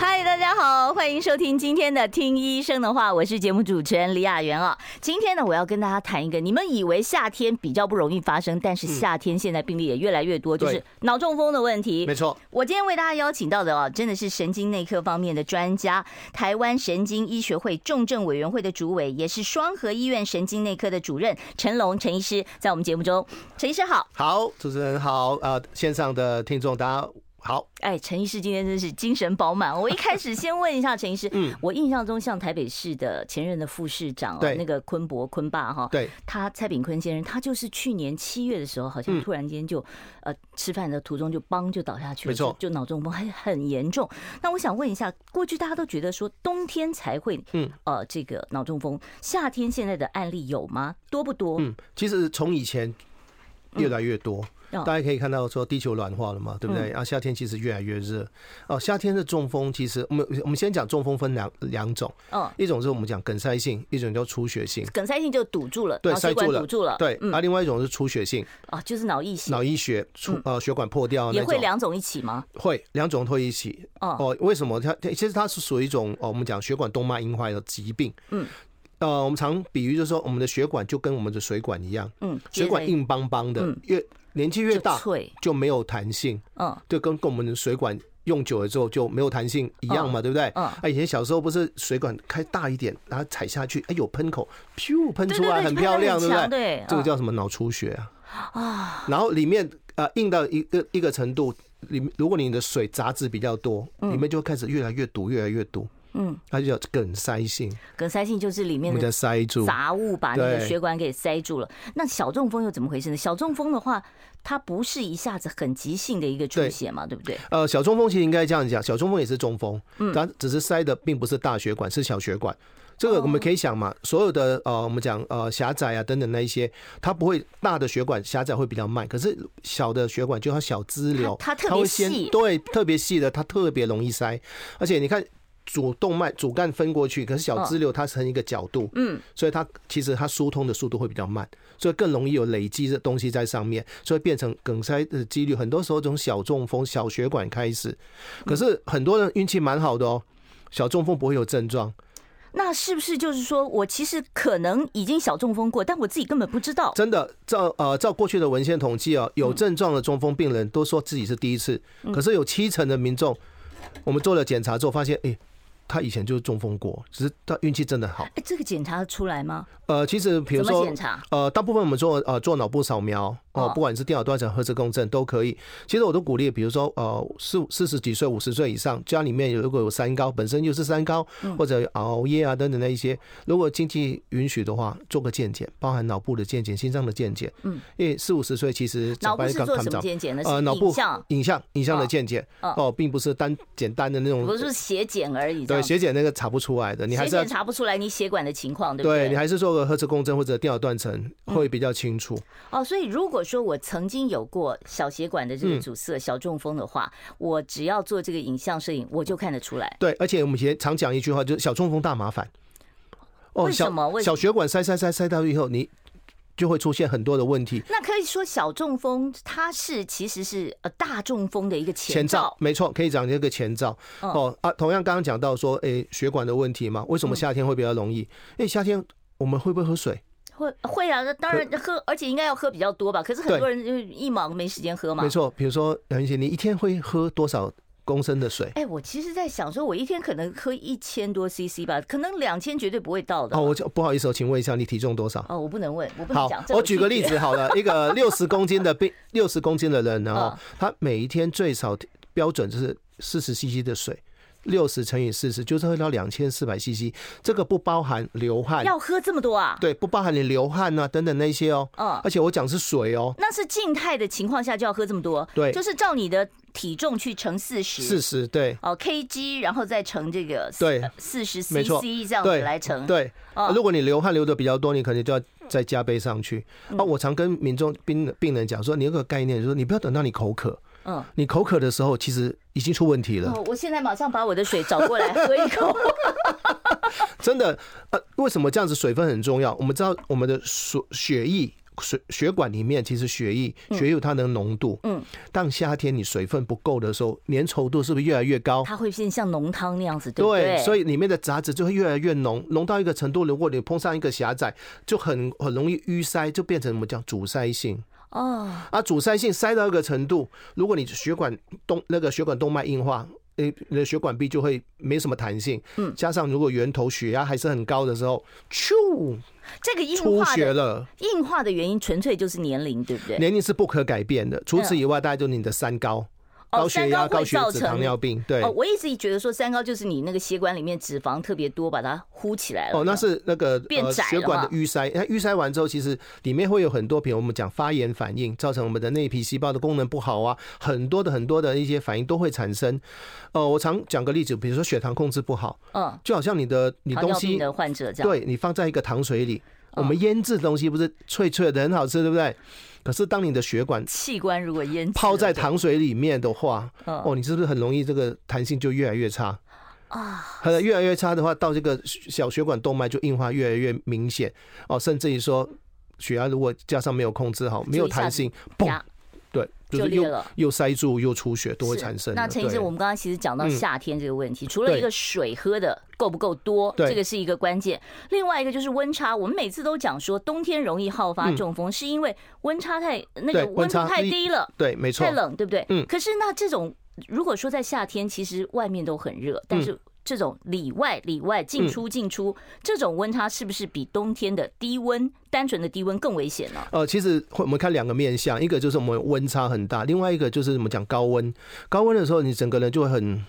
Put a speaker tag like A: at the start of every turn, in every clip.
A: 嗨，大家好，欢迎收听今天的《听医生的话》，我是节目主持人李雅媛啊。今天呢，我要跟大家谈一个，你们以为夏天比较不容易发生，但是夏天现在病例也越来越多，就是
B: 嗯对
A: 脑中风的问题。
B: 没错，
A: 我今天为大家邀请到的啊，真的是神经内科方面的专家，台湾神经医学会重症委员会的主委，也是双河医院神经内科的主任陈龙陈医师，在我们节目中，陈医师好。
B: 好，主持人好，呃，线上的听众大家好，
A: 哎，陈医师今天真是精神饱满。我一开始先问一下陈医师，
B: 嗯
A: 我印象中像台北市的前任的副市长哦，
B: 对
A: 那个昆博昆爸哈，
B: 对，
A: 他蔡炳坤先生，他就是去年七月的时候，好像
B: 嗯
A: 突然间就、呃吃饭的途中就邦就倒下去了，
B: 没错
A: 就就脑中风很很严重。那我想问一下，过去大家都觉得说冬天才会
B: 嗯
A: 呃这个脑中风，夏天现在的案例有吗？多不多？
B: 嗯，其实从以前越来越多。
A: 哦嗯
B: 大家可以看到，说地球暖化了嘛，对不对？啊，夏天其实越来越热。哦，夏天的中风其实，我们我们先讲中风分两两种，
A: 嗯，
B: 一种是我们讲梗塞性，一种叫出血性。
A: 梗塞性就堵住了，
B: 对，
A: 脑血
B: 塞
A: 管
B: 住
A: 堵住了，
B: 对，
A: 嗯
B: 啊，另外一种是出血性，
A: 啊，就是脑溢血。
B: 脑溢血出呃血管破掉那
A: 也
B: 种。
A: 会两种一起吗？
B: 会两种会一起
A: 哦
B: 哦。为什么它它其实它是属于一种哦，我们讲血管动脉硬化的疾病。
A: 嗯，
B: 呃，我们常比喻就是说，我们的血管就跟我们的水管一样，
A: 嗯，
B: 水管硬邦邦的
A: 嗯，
B: 越年纪越
A: 就
B: 大
A: 脆，
B: 就没有弹性，
A: 嗯，
B: 就跟跟我们的水管用久了之后就没有弹性一样嘛，对不对？
A: 嗯
B: 啊，以前小时候不是水管开大一点，然后踩下去，哎，有喷口，噗喷
A: 对
B: 出
A: 对
B: 来，
A: 对
B: 很
A: 喷得
B: 漂
A: 很
B: 亮，对不
A: 强
B: 对？
A: 对
B: 这个
A: 嗯
B: 叫什么脑出血啊？啊，然后里面呃硬到一个一个程度，里面如果你的水杂质比较多，里面就会开始越来越堵，越来越堵，
A: 嗯，
B: 它就叫梗塞性，
A: 梗塞性就是里
B: 我
A: 面
B: 们叫
A: 的
B: 塞住。
A: 杂物把那个
B: 对
A: 血管给塞住了。那小中风又怎么回事呢？小中风的话，它不是一下子很急性的一个出
B: 对
A: 血嘛，对不对？
B: 呃，小中风其实应该这样讲，小中风也是中风，
A: 嗯
B: 它只是塞的并不是大血管，是小血管。这个我们可以想
A: 哦
B: 嘛，所有的呃，我们讲呃狭窄啊等等那一些，它不会大的血管狭窄会比较慢，可是小的血管就像小支流，
A: 它它特别
B: 会先
A: 细
B: 对，特别细的，它特别容易塞，而且你看。主动脉主干分过去，可是小支流它成一个角度，
A: 嗯，
B: 所以它其实它疏通的速度会比较慢，所以更容易有累积的东西在上面，所以变成梗塞的几率，很多时候从小中风、小血管开始。可是很多人运气蛮好的哦，小中风不会有症状，
A: 那是不是就是说我其实可能已经小中风过，但我自己根本不知道？
B: 真的照呃照过去的文献统计哦，有症状的中风病人都说自己是第一次，
A: 嗯
B: 可是有七成的民众，我们做了检查之后发现，诶，他以前就是中风过，只是他运气真的好。
A: 哎，这个检查出来吗？
B: 呃，其实比如
A: 怎么
B: 说
A: 检查？
B: 呃，大部分我们做呃做脑部扫描哦、
A: 哦
B: 不管是电脑断层、核磁共振都可以。其实我都鼓励，比如说呃四四十几岁、五十岁以上，家里面有如果有三高，本身就是三高，
A: 嗯
B: 或者有熬夜啊等等那一些，如果经济允许的话，做个健检，包含脑部的健检、心脏的健检。嗯，因为四五十岁其实
A: 脑
B: 长
A: 部
B: 辈
A: 是
B: 看
A: 做
B: 看
A: 什
B: 不
A: 么
B: 到
A: 健检呢？
B: 呃，
A: 是
B: 脑部
A: 影像，
B: 影像影像
A: 哦
B: 的健检
A: 哦
B: 哦，并不是单简单的那种
A: 不是血检而已。这
B: 嗯对
A: 样
B: 血检那个查不出来的，你还
A: 血
B: 是要
A: 检查不出来你血管的情况，对不嗯
B: 对你还是做个核磁共振或者电脑断层会比较清楚。
A: 哦，所以如果说我曾经有过小血管的这个
B: 嗯
A: 阻塞、小中风的话，我只要做这个影像摄影，我就看得出来。
B: 对，而且我们以前常讲一句话，就是小中风大麻烦。哦
A: 为什
B: 小
A: 么为什
B: 小血管塞塞塞塞到以后，你就会出现很多的问题。
A: 那可以说小中风它是其实是呃大中风的一个前
B: 前兆
A: 兆，
B: 没错，可以讲这个前兆。
A: 嗯
B: 哦啊，同样刚刚讲到说，诶、血管的问题嘛，为什么夏天会比较容
A: 嗯
B: 易？因为夏天我们会不会喝水？
A: 会会啊，那当然喝，而且应该要喝比较多吧。可是很
B: 对
A: 多人就是一忙没时间喝嘛。
B: 没。错，比如说梁云姐，你一天会喝多少公升的水？
A: 哎，我其实在想说，我一天可能喝一千多 CC 吧，可能两千绝对不会到的。
B: 哦，我就不好意思哦，请问一下，你体重多少？
A: 哦，我不能问，我不能
B: 好
A: 讲。，这
B: 我
A: 有
B: 举个
A: 区
B: 例
A: 别
B: 子，好了，一 个六十公斤的病，六十公斤的人呢，
A: 嗯
B: 哦，他每一天最少标准就是四十 CC 的水，六十乘以四十就是喝到两千四百 CC，这个不包含流汗，
A: 要喝这么多啊？
B: 对，不包含你流汗啊等等那些哦，
A: 嗯
B: 而且我讲是水哦，
A: 那是静态的情况下就要喝这么多，
B: 对
A: 就是照你的体重去乘四十，
B: 四十对。
A: 哦 kg，然后再乘这个
B: 对
A: 四十
B: 没错
A: cc 这样子
B: 对，
A: 来乘，
B: 对，
A: 哦
B: 如果你流汗流的比较多，你可能就要再加倍上去。
A: 嗯
B: 啊，我常跟民众病病人讲说，你有个概念，就是你不要等到你口渴，
A: 嗯，
B: 你口渴的时候其实已经出问题了。
A: 哦，我现在马上把我的水找过来喝一 口。
B: 真的，呃，为什么这样子水分很重要？我们知道我们的血血液。水血管里面其实血液血有它的浓度，
A: 嗯，
B: 当夏天你水分不够的时候，粘稠度是不是越来越高？
A: 它会变像浓汤那样子，对不
B: 对
A: 对？，
B: 所
A: 以
B: 以里面的杂质就会越来越浓，浓到一个程度，如果你碰上一个狭窄，就很很容易淤塞，就变成我们讲阻塞性。
A: 哦，
B: 啊，阻塞性塞到一个程度，如果你血管动那个血管动脉硬化，诶，你的血管壁就会没什么弹性。嗯，加上如果源头血压还是很高的时候，咻
A: 这个硬
B: 出
A: 化
B: 血
A: 的
B: 了。
A: 硬化的原因纯粹就是年龄，对不对？
B: 年龄是不可改变的，除此以外，大概就是你的三高。
A: 哦
B: 高血压、
A: 三高会
B: 高血
A: 造
B: 脂、
A: 成
B: 糖尿病，对，
A: 哦，我一直觉得说三高就是你那个血管里面脂肪特别多，把它呼起来了。
B: 哦，那是那个
A: 变窄了
B: 血管的
A: 嘛
B: 淤塞，那淤塞完之后，其实里面会有很多，比如我们讲发炎反应，造成我们的内皮细胞的功能不好啊，很多的很多的一些反应都会产生。呃，我常讲个例子，比如说血糖控制不好，
A: 嗯，
B: 就好像你的你
A: 糖
B: 东
A: 尿病
B: 西，
A: 的患者这样。嗯
B: 对你放在一个糖水里，我们腌制的东西不是脆脆的，很好吃，对不对？可是当你的血管
A: 器官如果淹死了
B: 泡在糖水里面的话，
A: 嗯
B: 哦，你是不是很容易这个弹性就越来越差？
A: 啊，
B: 它的越来越差的话，到这个小血管动脉就硬化越来越明显哦，甚至于说血压如果加上没有控制好，没有弹性，嘣
A: 呀，
B: 对，就
A: 就是裂
B: 又
A: 了
B: 又塞住又出血都会
A: 是
B: 产生的。
A: 那陈医
B: 对
A: 生，我们刚刚其实讲到
B: 嗯
A: 夏天这个问题，除了一个水喝的够不够多，
B: 对
A: 这个是一个关键。另外一个就是温差，我们每次都讲说冬天容易好发中风，是因为温差太那个
B: 嗯对
A: 温
B: 温
A: 度
B: 差
A: 太低了，
B: 对，没错
A: 太，冷，对不对？
B: 嗯
A: 可是那这种如果说在夏天，其实外面都很热，
B: 嗯
A: 但是这种里外里外进出进出，这种温差是不是比冬天的低温单纯的低温更危险呢？
B: 呃，其实会我们看两个面向，一个就是我们温差很大，另外一个就是我们讲高温。高温的时候，你整个人就会很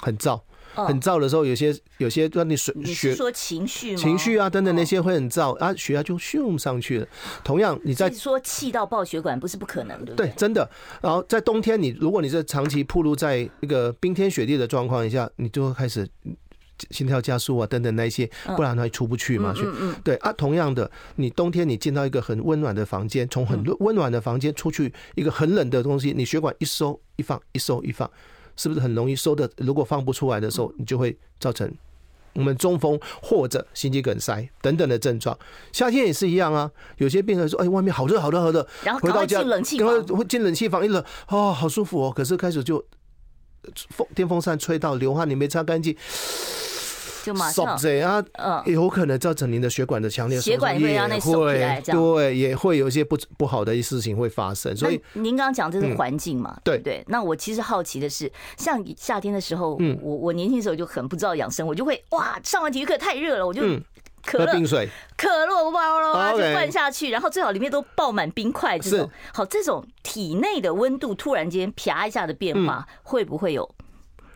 B: 很燥，
A: 哦
B: 很燥的时候，有些有些让你水
A: 你是
B: 血
A: 说情绪吗？
B: 情绪啊等等那
A: 哦
B: 些会很燥啊，血压就咻上去了。同样，你在
A: 所以说气到爆血管不是不可能，对不
B: 对，真的。然后在冬天你，如果你是长期暴露在那个冰天雪地的状况下，你就会开始嗯心跳加速啊等等那一些，不然还出不去嘛。去对啊，同样的，你冬天你进到一个很温暖的房间，从很温暖的房间出去一个很冷的东西，你血管一收一放，一收一放，是不是很容易收的？如果放不出来的时候，你就会造成。嗯我们中风或者心肌梗塞等等的症状，夏天也是一样啊。有些病人说：“哎，外面好热，好热，好热。”
A: 然后
B: 回
A: 哦赶
B: 到
A: 快
B: 家，
A: 进冷气
B: 然
A: 房
B: 后，会进冷气房一冷，哦，好舒服哦。可是开始就呃风电风扇吹到，流汗你没擦干净，
A: 就马
B: 烧
A: 上
B: 着啊，
A: 嗯。
B: 有可能造成您的血管的强烈收缩
A: 血管会让那
B: 也
A: 耸起来
B: 会
A: 这样
B: 对，也会有一些不不好的事情会发生。所以嗯
A: 那您刚刚讲这是环境嘛，
B: 对
A: 不对？那我其实好奇的是，像夏天的时候，
B: 嗯
A: 我我年轻的时候就很不知道养生，我就会哇，上完体育课太热了，我就
B: 嗯
A: 可
B: 喝
A: 乐、
B: 冰水啊
A: 可乐哇啦哇啦就
B: OK
A: 灌下去，然后最好里面都爆满冰块这种。好，这种体内的温度突然间啪一下的变化，
B: 嗯
A: 会不会有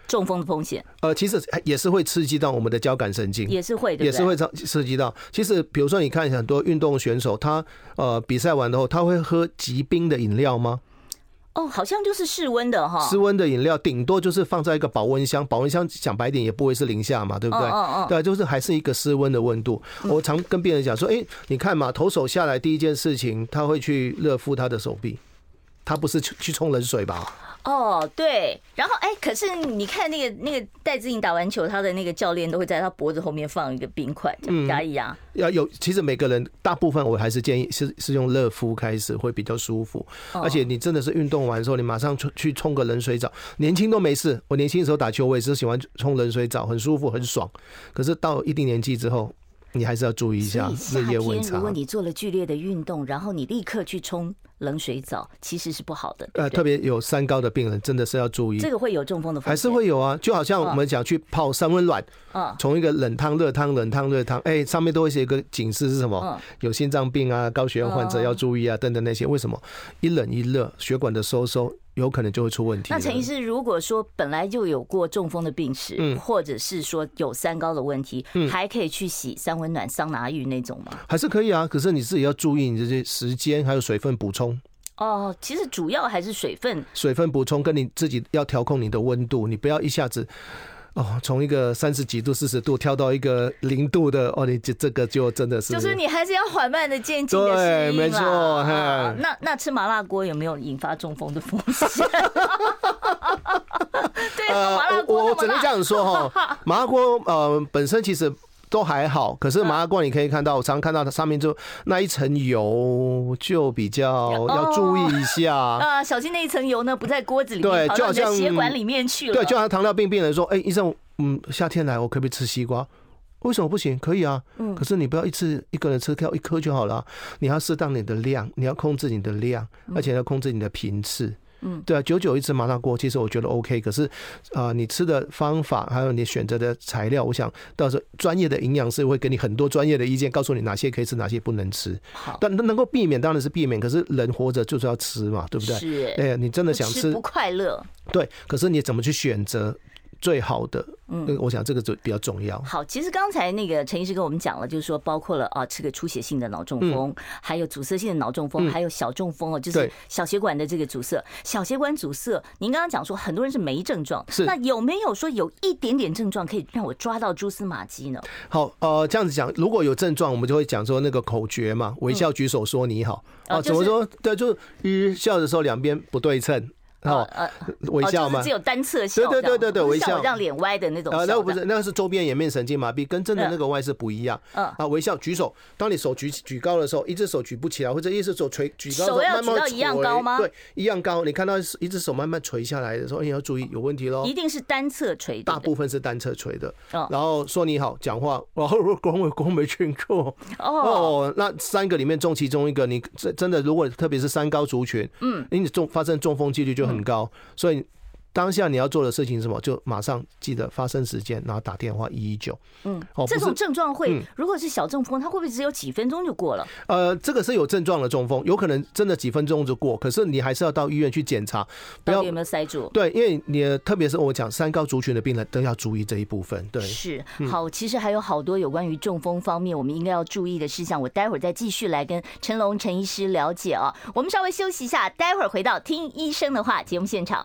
A: 中风的风险？
B: 呃，其实也是会刺激到我们的交感神经，
A: 也是会，对
B: 也
A: 不
B: 是
A: 对？
B: 会造涉及到。其实，比如说，你看很多运动选手，他呃比赛完之后，他会喝极冰的饮料吗？
A: 哦，好像就是室温的哈，
B: 室温的饮料，顶多就是放在一个保温箱，保温箱讲白点也不会是零下嘛，对不对？
A: 嗯嗯嗯
B: 对啊，就是还是一个室温的温度。我常跟病人讲说，哎、你看嘛，投手下来第一件事情，他会去热敷他的手臂。他不是去去冲冷水吧？
A: 哦，对，然后哎，可是你看那个那个戴资颖打完球，他的那个教练都会在他脖子后面放一个冰块，这样
B: 嗯
A: 压一压。
B: 要有，其实每个人大部分我还是建议是是用热敷开始会比较舒服，
A: 哦
B: 而且你真的是运动完之后，你马上去去冲个冷水澡，年轻都没事。我年轻的时候打球，我也是喜欢冲冷水澡，很舒服很爽。可是到一定年纪之后，你还是要注意一下
A: 所以
B: 日
A: 夏
B: 夜温
A: 天
B: 差。
A: 如果你做了剧烈的运动，然后你立刻去冲冷水澡，其实是不好的。对
B: 呃，
A: 不对
B: 特别有三高的病人，真的是要注意
A: 这，个会有中风的风险，
B: 还是会有啊。就好像我们讲去泡三温暖，
A: 嗯
B: 从一个冷汤、热汤、冷汤、热汤，哎，上面都会写一个警示是什么
A: 嗯？
B: 有心脏病啊、高血压患者要注意啊，等等那些。为什么一冷一热，血管的收缩有可能嗯就会出问题了？
A: 那陈医师，如果说本来就有过中风的病史，或者是说有三高的问题，
B: 嗯
A: 还可以去洗三温暖桑拿浴那种吗？
B: 还是可以啊，可是你自己要注意你这些时间还有水分补充。
A: 哦，其实主要还是水分
B: 水分补充，跟你自己要调控你的温度，你不要一下子。哦，从一个三十几度、四十度跳到一个零度的哦，你这这个就真的是
A: 就是你还是要缓慢的、渐进的
B: 对
A: 适应
B: 没
A: 啦
B: 错
A: 啊
B: 嘿
A: 那那吃麻辣锅有没有引发中风的风 险？对，麻辣
B: 我
A: 锅
B: 呃
A: 那
B: 我只
A: 么
B: 能这
A: 辣，
B: 样说 哈，麻辣锅呃本身其实。都还好，可
A: 嗯
B: 是麻辣锅你可以看到，我常看到它上面就那一层油，就比较
A: 哦
B: 要注意 一下。
A: 呃，小心那一层油呢不在锅子里面，
B: 对
A: 跑
B: 就
A: 到
B: 好
A: 你的
B: 像
A: 血管里面去了。
B: 对，就像糖尿病病人说，哎、医生，嗯，夏天来我可不可以吃西瓜？为什么不行？可以啊，
A: 嗯
B: 可是你不要一次一个人吃掉一颗就好了啊、你要适当你的量，你要控制你的量，
A: 嗯
B: 而且要控制你的频次。嗯，对啊，久久一次麻辣锅，其实我觉得 OK。可是，啊、你吃的方法还有你选择的材料，我想到时候专业的营养师会给你很多专业的意见，告诉你哪些可以吃，哪些不能吃。
A: 好，
B: 但能够避免当然是避免，可是人活着就是要吃嘛，对不对？
A: 是
B: 哎、你真的
A: 不
B: 想
A: 吃不快乐。
B: 对，可是你怎么去选择最好的？嗯，我想这个就比较重要。
A: 好，其实刚才那个陈医师跟我们讲了，就是说包括了啊，这个出血性的脑中风，还有阻塞性的脑中风，还有小中风哦，就是
B: 嗯对
A: 小血管的这个阻塞。小血管阻塞，您刚刚讲说很多人是没症状，
B: 是
A: 那有没有说有一点点症状可以让我抓到蛛丝马迹呢？
B: 好，呃，这样子讲，如果有症状，我们就会讲说那个口诀嘛，微笑举手说你好。
A: 嗯哦就
B: 哦，
A: 是
B: 怎么说？对，就是一笑的时候两边不对称，哦，
A: 呃，
B: 微
A: 哦
B: 笑
A: 就
B: 嘛
A: 是只。有单侧笑这样，
B: 对对对对对
A: 不
B: 微
A: 是像我
B: 笑
A: 这样脸歪的那种
B: 啊，
A: 笑这
B: 那
A: 样。
B: 个不是，那个是周边颜面神经麻痹，跟真的那个外是不一样。
A: 嗯
B: 啊，微笑举手，当你手举举高的时候，一只手举不起来，或者一只手垂举高的时候，
A: 手要
B: 慢慢
A: 举到一样高
B: 垂
A: 吗
B: 对，一样高。你看到一只手慢慢垂下来的时候，哎你要注意有问题喽。
A: 一定是单侧垂的
B: 大。部分是单侧垂的，
A: 哦
B: 然后说你好讲话，然后如果我光没劝过
A: 哦，
B: 哦，那三个里面中其中一个，你真真的如果特别是三高族群，嗯，你中发生中风几率就很高，
A: 嗯
B: 所以当下你要做的事情是什么？就马上记得发生时间，然后打电话一一九，嗯，哦，
A: 这
B: 不
A: 种
B: 是
A: 症状会，如果是小中风，它会不会只有几分钟就过了？
B: 呃，这个是有症状的中风，有可能真的几分钟就过，可是你还是要到医院去检查，不
A: 到
B: 要
A: 底有没有塞住？
B: 对，因为你特别是我讲三高族群的病人都要注意这一部分，对。
A: 是好，其实还有好多有关于中风方面我们应该要注意的事项，我待会儿再继续来跟陈龙陈医师了解啊。我们稍微休息一下，待会儿回到听医生的话节目现场。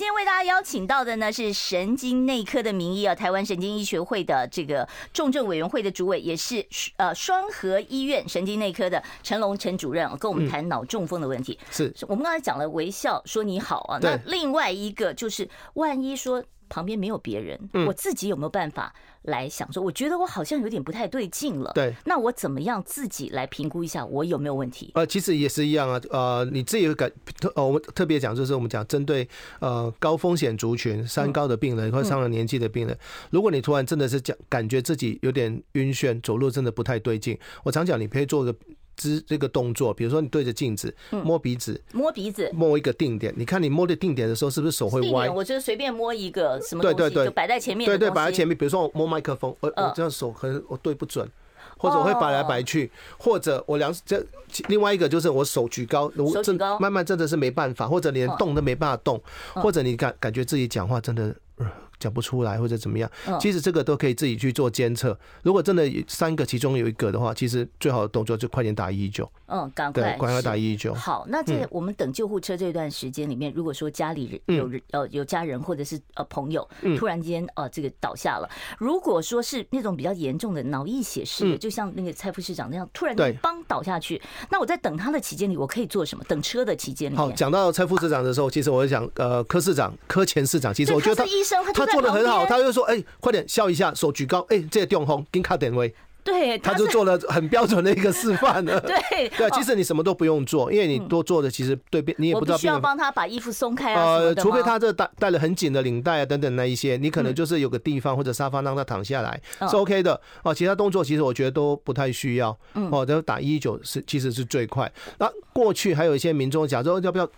A: 今天为大家邀请到的呢是神经内科的名医啊，台湾神经医学会的这个重症委员会的主委，也是呃双和医院神经内科的陈龙陈主任、啊，跟我们谈脑中风的问题。
B: 是
A: 我们刚才讲了微笑说你好啊，那
B: 对
A: 另外一个就是万一说旁边没有别人，
B: 嗯
A: 我自己有没有办法来想说，我觉得我好像有点不太对劲了，
B: 对，
A: 那我怎么样自己来评估一下我有没有问题？
B: 呃，其实也是一样啊，呃，你自己有感特呃，我们特别讲就是我们讲针对呃高风险族群、三高的病人或上了年纪的病人，如果你突然真的是讲感觉自己有点晕眩，走路真的不太对劲，我常讲你可以做个姿这个动作，比如说你对着镜子摸鼻子，
A: 摸鼻子。
B: 摸一个定点，你看你摸的定点的时候是不是手会
A: 避
B: 歪
A: 免？我就是随便摸一个什么东
B: 对
A: 西，
B: 对对
A: 就摆在前面的
B: 对
A: 东
B: 对，
A: 西，
B: 摆在前面，比如说我摸麦克风，我
A: 嗯哦
B: 我这样手可能我对不准。或者我会摆来摆去，或者我两这另外一个就是我手举高，
A: 手
B: 我
A: 举
B: 真
A: 高哦嗯
B: 慢慢真的是没办法，或者连动都没办法动，或者你感感觉自己讲话真的。呃讲不出来或者怎么样，
A: 嗯
B: 其实这个都可以自己去做监测。如果真的有三个其中有一个的话，其实最好的动作就快点打一一九，
A: 嗯，赶
B: 对
A: 快，
B: 赶快打
A: 是
B: 一一九。
A: 好，那
B: 嗯
A: 这我们等救护车这段时间里面，如果说家里人有人呃有家人或者是呃朋友
B: 嗯
A: 突然间呃这个倒下了，如果说是那种比较严重的脑溢血式的，
B: 嗯
A: 就像那个蔡副市长那样突然间
B: 对
A: 帮倒下去，那我在等他的期间里，我可以做什么？等车的期间里
B: 好，
A: 面，
B: 讲到蔡副市长的时候，其实我想，呃，柯市长、柯前市长，其实
A: 对
B: 我觉得
A: 他是医生啊他就在
B: 他做的
A: 旁
B: 很好，
A: 边
B: 他就说，哎，快点笑一下，手举高，哎，这个电红，给卡点位，
A: 对，
B: 他
A: 是
B: 就做了很标准的一个示范 了。
A: 对
B: 对，啊
A: 哦
B: 其实你什么都不用做，因为你多做的其实对别你也
A: 我
B: 不
A: 必
B: 知道
A: 须嗯
B: 病
A: 要
B: 人。
A: 帮他把衣服松开啊什么
B: 呃，
A: 的
B: 除非
A: 吗
B: 他这带带了很紧的领带啊等等那一些，你可能就是有个地方或者沙发让他躺下来
A: 嗯
B: 是 OK 的哦。其他动作其实我觉得都不太需要
A: 嗯
B: 哦哦，然后打一九是其实是最快。那过去还有一些民众讲说要不要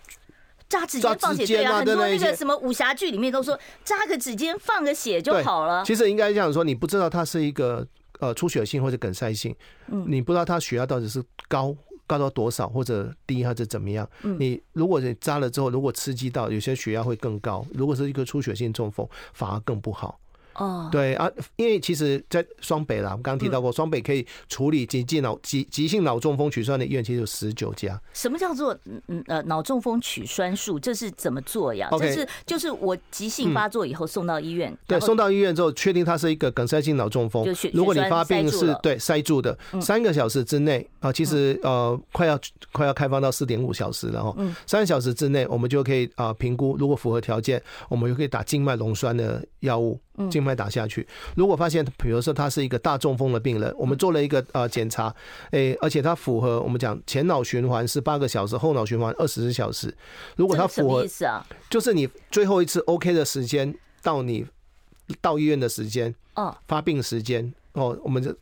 A: 扎指尖放血，
B: 扎指
A: 对
B: 尖
A: 啊，
B: 啊
A: 很多
B: 对
A: 那
B: 那
A: 个
B: 些
A: 什么武侠剧里面都说扎个指尖放个血就
B: 对
A: 好了。
B: 其实应该这样说，你不知道它是一个呃出血性或者梗塞性，
A: 嗯
B: 你不知道它血压到底是高。高到多少或者低还是怎么样？
A: 嗯
B: 你如果你扎了之后，如果刺激到，有些血压会更高。如果是一个出血性中风，反而更不好。
A: 哦，嗯
B: 对啊，因为其实，在双北啦，我们刚刚提到过，双北可以处理急性脑急急性脑中风取栓的医院其实有十九家。
A: 什么叫做嗯嗯呃脑中风取栓术？这是怎么做呀？
B: OK
A: 这是就是我急性发作以后送到医院，
B: 对，
A: 然后
B: 送到医院之后，确定它是一个梗塞性脑中风
A: 就血。
B: 如果你
A: 血栓
B: 发病
A: 塞住
B: 是
A: 了嗯
B: 对塞住的，三个小时之内啊，其实呃快要快要开放到四点五小时了哦。
A: 嗯
B: 三小时之内，我们就可以啊评估，如果符合条件，我们就可以打静脉溶栓的药物，
A: 嗯
B: 静脉打下去。如果发现，比如说他是一个大中风的病人，我
A: 嗯
B: 们做了一个呃检查，诶，而且他符合我们讲前脑循环是八个小时，后脑循环二十四小时。如果
A: 这
B: 他
A: 个什
B: 符合
A: 么意思啊？
B: 就是你最后一次 OK 的时间到你到医院的时间，
A: 哦，
B: 发病时间哦，我们就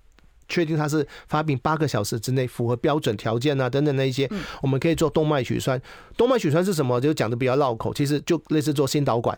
B: 确定他是发病八个小时之内符合标准条件啊等等那一些，
A: 嗯
B: 我们可以做动脉血栓。动脉血栓是什么？就讲的比较绕口，其实就类似做心导管，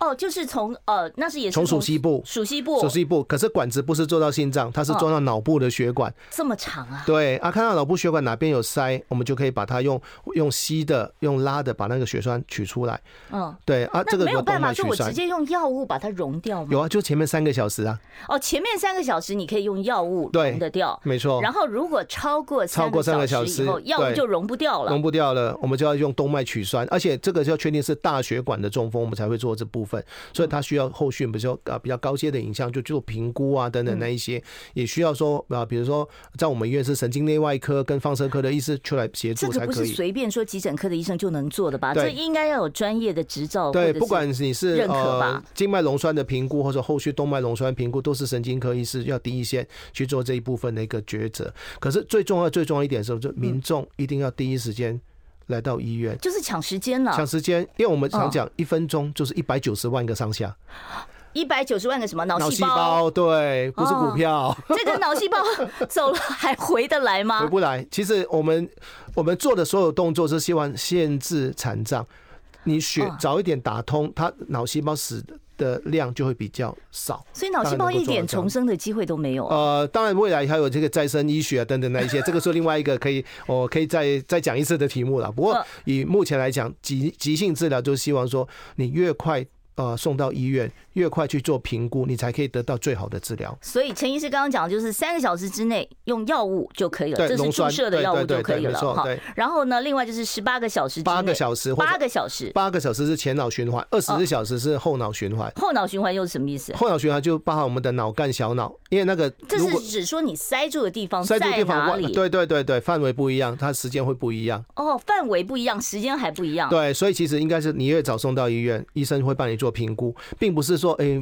A: 哦，就是从呃，那是也是
B: 从属膝部。
A: 属膝部
B: 手术一部，可是管子不是做到心脏，它是
A: 哦
B: 做到脑部的血管。
A: 这么长啊？
B: 对啊，看到脑部血管哪边有塞，我们就可以把它用用吸的、用拉的把那个血栓取出来。
A: 嗯，
B: 对啊，这
A: 那
B: 个
A: 没有
B: 叫
A: 办
B: 动
A: 法，
B: 脉
A: 就
B: 血
A: 我
B: 栓
A: 直。接用药物把它溶掉吗？
B: 有啊，就前面三个小时啊。
A: 哦，前面三个小时你可以用药物
B: 对
A: 溶得掉，
B: 没错，
A: 然后如果超过
B: 超过三
A: 个
B: 个小
A: 时以
B: 时
A: 后，药物
B: 对
A: 就溶不掉了
B: 溶。不掉了，我们就要用动脉取栓，而且这个就要确定是大血管的中风，我们才会做这部分，所以它需要后续比较啊比较高阶的影像就做评估啊等
A: 嗯
B: 等那一些，也需要说啊，比如说在我们医院是神经内外科跟放射科的医师出来协
A: 这
B: 助
A: 个
B: 才
A: 不
B: 可
A: 是
B: 以。
A: 随便说急诊科的医生就能做的吧？
B: 对
A: 这应该要有专业的执照，或
B: 对，
A: 者是
B: 不管你是
A: 认可吧
B: 呃静脉溶栓的评估，或者后续动脉溶栓评估，都是神经科医师要第一线去做这一部分的一个抉择。可是最重要、最重要一点是，就民众一定要第一时间来到医院。
A: 就是抢时间了
B: 抢，时间，因为我们
A: 嗯
B: 常讲一分钟就是一百九十万个上下，
A: 一百九十万个什么脑
B: 脑
A: 细
B: 细
A: 胞，哦
B: 胞对，不是股票、
A: 这个脑细胞走了还回得来
B: 回
A: 吗？
B: 不来。其实我们我们做的所有动作是希望限制残障，你血
A: 哦
B: 早一点打通，它脑细胞死的量就会比较少。
A: 所以脑细胞一点重生的机会都没有啊。
B: 呃，当然未来还有这个再生医学啊等等那一 些，这个是另外一个可以我可以再再讲一次的题目了。不过
A: 嗯
B: 以目前来讲，急急性治疗就是希望说你越快。呃，送到医院越快去做评估，你才可以得到最好的治疗。
A: 所以陈医师刚刚讲，就是三个小时之内用药物就可以了，
B: 对
A: 这是
B: 溶
A: 注
B: 栓
A: 射的
B: 对
A: 药物
B: 对对
A: 就可以
B: 对没
A: 了
B: 错
A: 哈
B: 对。
A: 然后呢，另外就是十八个小时之内，
B: 八个小时或者
A: 八个小时，
B: 八个小时是前脑循环，二十四小时是后脑循环。
A: 后脑循环又是什么意思？
B: 后脑循环就包含我们的脑干、小脑，因为那个
A: 这
B: 如
A: 是
B: 果
A: 指说你塞住的地方在
B: 塞住地
A: 哪
B: 方，
A: 里？
B: 对对对对，范围不一样，它时间会不一样。
A: 哦，范围不一样，时间还不一样。
B: 对，所以其实应该是你越早送到医院，医生会帮你做评估，并不是说诶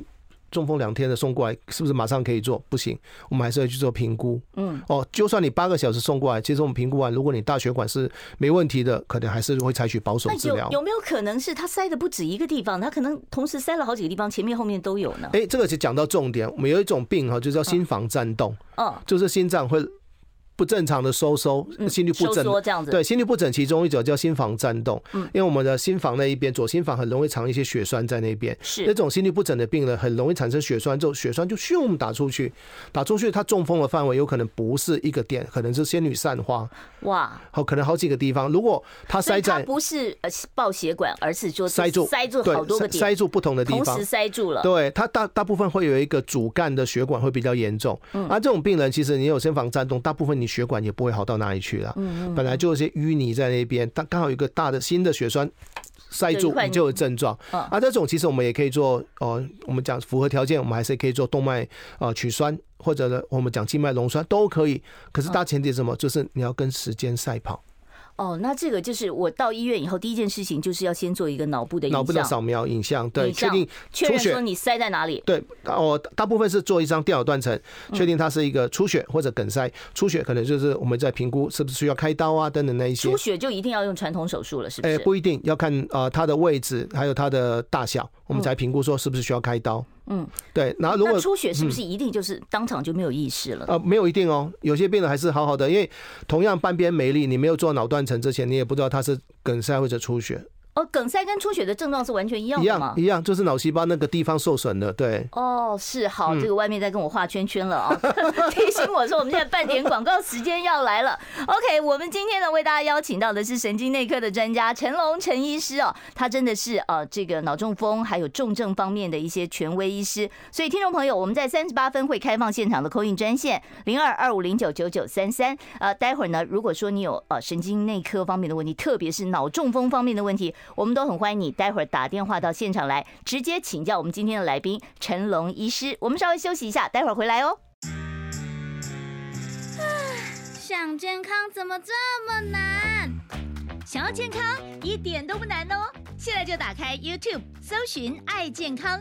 B: 中风两天的送过来是不是马上可以做？不行，我们还是要去做评估。嗯，哦，就算你八个小时送过来，其实我们评估完，如果你大血管是没问题的，可能还是会采取保守
A: 那
B: 治
A: 有
B: 疗。
A: 有没有可能是他塞的不止一个地方，他可能同时塞了好几个地方，前面后面都有呢？
B: 哎、这个就讲到重点，我们有一种病哈，就叫心房颤动，
A: 嗯，
B: 就是心脏会不正常的收缩，心律不
A: 收
B: 整
A: 缩这嗯样子。
B: 对，心律不整，其中一种叫心房颤动，因为我们的心房那一边，左心房很容易藏一些血栓在那边，
A: 是
B: 那种心律不整的病人很容易产生血栓，之后血栓就咻打出去，打出去，它中风的范围有可能不是一个点，可能是仙女散花，
A: 哇，
B: 好，可能好几个地方。如果它
A: 所以
B: 塞
A: 他
B: 在
A: 不是呃爆血管，而是就是
B: 塞住，
A: 塞住
B: 对
A: 好多个
B: 塞塞
A: 点，
B: 住不同的地
A: 同
B: 方
A: 时。塞住了。
B: 对它大大部分会有一个主干的血管会比较严重，
A: 嗯
B: 而、这种病人其实你有心房颤动，大部分你血管也不会好到哪里去了，
A: 嗯
B: 本来就有些淤泥在那边，但刚好有一个大的新的血栓。塞
A: 就一
B: 住
A: 块
B: 你就有症状，
A: 嗯
B: 啊，这种其实我们也可以做，呃，我们讲符合条件，我们还是可以做动脉呃取栓，或者呢，我们讲静脉溶栓都可以。可是大前提是什么？就是你要跟时间赛跑，
A: 哦，那这个就是我到医院以后第一件事情就是要先做一个脑部的
B: 脑部的
A: 影像，
B: 扫描影像，对，
A: 影
B: 确
A: 像
B: 定
A: 确
B: 出
A: 认
B: 血
A: 说你塞在哪里。
B: 对，哦，大部分是做一张电脑断层，
A: 嗯
B: 确定它是一个出血或者梗塞。出血可能就是我们在评估是不是需要开刀啊等等那一些
A: 出。血就一定要用传统手术了，是不
B: 哎，
A: 是？
B: 不一定要看啊，呃它的位置还有它的大小，我们才评估说是不是需要开刀。
A: 嗯，
B: 对。然后如
A: 那
B: 果嗯
A: 出血是不是一定就是当场就没有意识了？
B: 呃没有一定哦，有些病人还是好好的，因为同样半边没力，你没有做脑断层之前，你也不知道他是梗塞或者出血。
A: 哦，梗塞跟出血的症状是完全一样
B: 一
A: 的吗
B: 样？一样，就是脑细胞那个地方受损了，对。
A: 哦，是
B: 嗯
A: 好，这个外面在跟我画圈圈了啊、 哦，提醒我说我们现在半点广告时间要来了。OK，我们今天呢为大家邀请到的是神经内科的专家陈龙陈医师哦，他真的是呃这个脑中风还有重症方面的一些权威医师，所以听众朋友，我们在三十八分会开放现场的扣印专线零二二五零九九九三三，呃，待会儿呢，如果说你有呃神经内科方面的问题，特别是脑中风方面的问题，我们都很欢迎你待会儿打电话到现场来，直接请教我们今天的来宾陈龙医师。我们稍微休息一下，待会儿回来哦。
C: 想健康怎么这么难？想要健康一点都不难哦！现在就打开 YouTube 搜寻“爱健康”，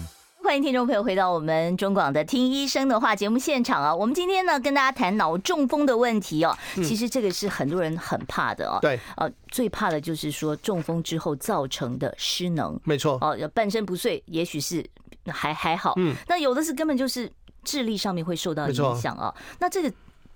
A: 欢迎听众朋友回到我们中广的《听医生的话》节目现场啊！我们今天呢跟大家谈脑中风的问题哦，其实这个是很多人很怕的哦。
B: 对，
A: 呃，最怕的就是说中风之后造成的失能
B: 没错，
A: 哦，半身不遂，也许是还还好，
B: 嗯，
A: 那有的是根本就是智力上面会受到
B: 没错
A: 影响啊。那这个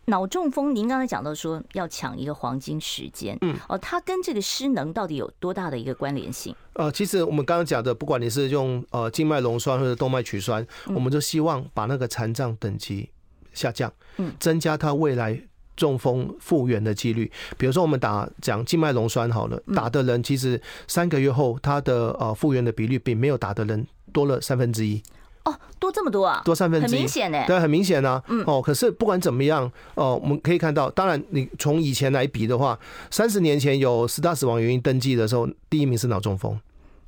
A: 脑中风，您刚才讲到说要抢一个黄金时间，
B: 嗯，
A: 哦，它跟这个失能到底有多大的一个关联性？
B: 呃，其实我们刚刚讲的，不管你是用呃静脉溶栓或者动脉曲栓，我们就希望把那个残障等级下降，
A: 嗯
B: 增加它未来。中风复原的几率，比如说我们打讲静脉溶栓好了，
A: 嗯
B: 打的人其实三个月后，他的呃复原的比率比没有打的人多了三分之一，
A: 哦，多这么多啊，
B: 多三分
A: 很
B: 之一
A: 明，显嗯呢、
B: 对，很明显啊。哦，可是不管怎么样，哦，我们可以看到，当然你从以前来比的话，三十年前有十大死亡原因登记的时候，第一名是脑中风，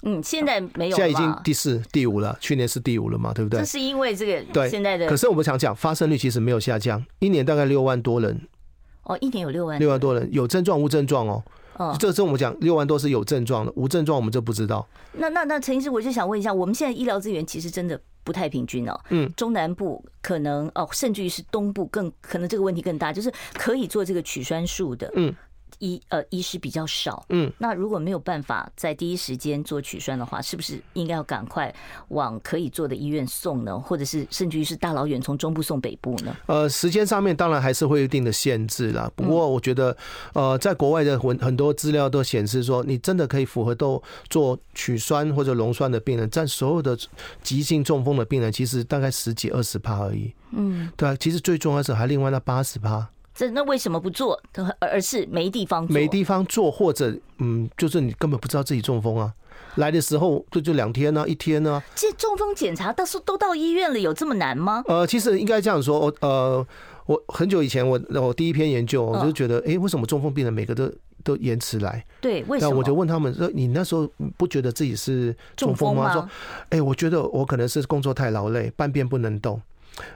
A: 嗯，现在没有
B: 现
A: 了
B: 在
A: 吧，
B: 已经第四、第五了，去年是第五了嘛，对不对
A: 这？是因为这个
B: 对，
A: 现在的
B: 可是我们想讲，发生率其实没有下降，一年大概六万多人，
A: 哦，一年有六万
B: 六万多人有症状无症状哦。
A: 哦，
B: 这是我们讲六万多是有症状的，无症状我们就不知道。
A: 那那那陈医师，我就想问一下，我们现在医疗资源其实真的不太平均哦。
B: 嗯，
A: 中南部可能哦，甚至于是东部更可能这个问题更大，就是可以做这个取栓术的，
B: 嗯，
A: 医呃医师比较少。
B: 嗯，
A: 那如果没有办法在第一时间做取栓的话，是不是应该要赶快往可以做的医院送呢？或者是甚至于是大老远从中部送北部呢？
B: 呃，时间上面当然还是会有一定的限制
A: 嗯
B: 啦。不过我觉得，呃，在国外的很很多资料都显示说，你真的可以符合到做取栓或者溶栓的病人，占所有的急性中风的病人，其实大概十几二十趴而已。嗯，对啊，其实最重要的是还另外那八十趴。
A: 这那为什么不做，而而是没地方做？
B: 没地方做，或者嗯，就是你根本不知道自己中风啊。来的时候这就两天啊呢、一天呢、
A: 这中风检查到时候都到医院了，有这么难吗？
B: 呃，其实应该这样说，我呃，我很久以前我我第一篇研究，我就觉得，诶，为什么中风病人每个都都延迟来？
A: 对，为什
B: 那
A: 么？
B: 我就问他们说，你那时候不觉得自己是中风吗？
A: 中风
B: 说
A: 吗，
B: 诶，哎我觉得我可能是工作太劳累，半边不能动，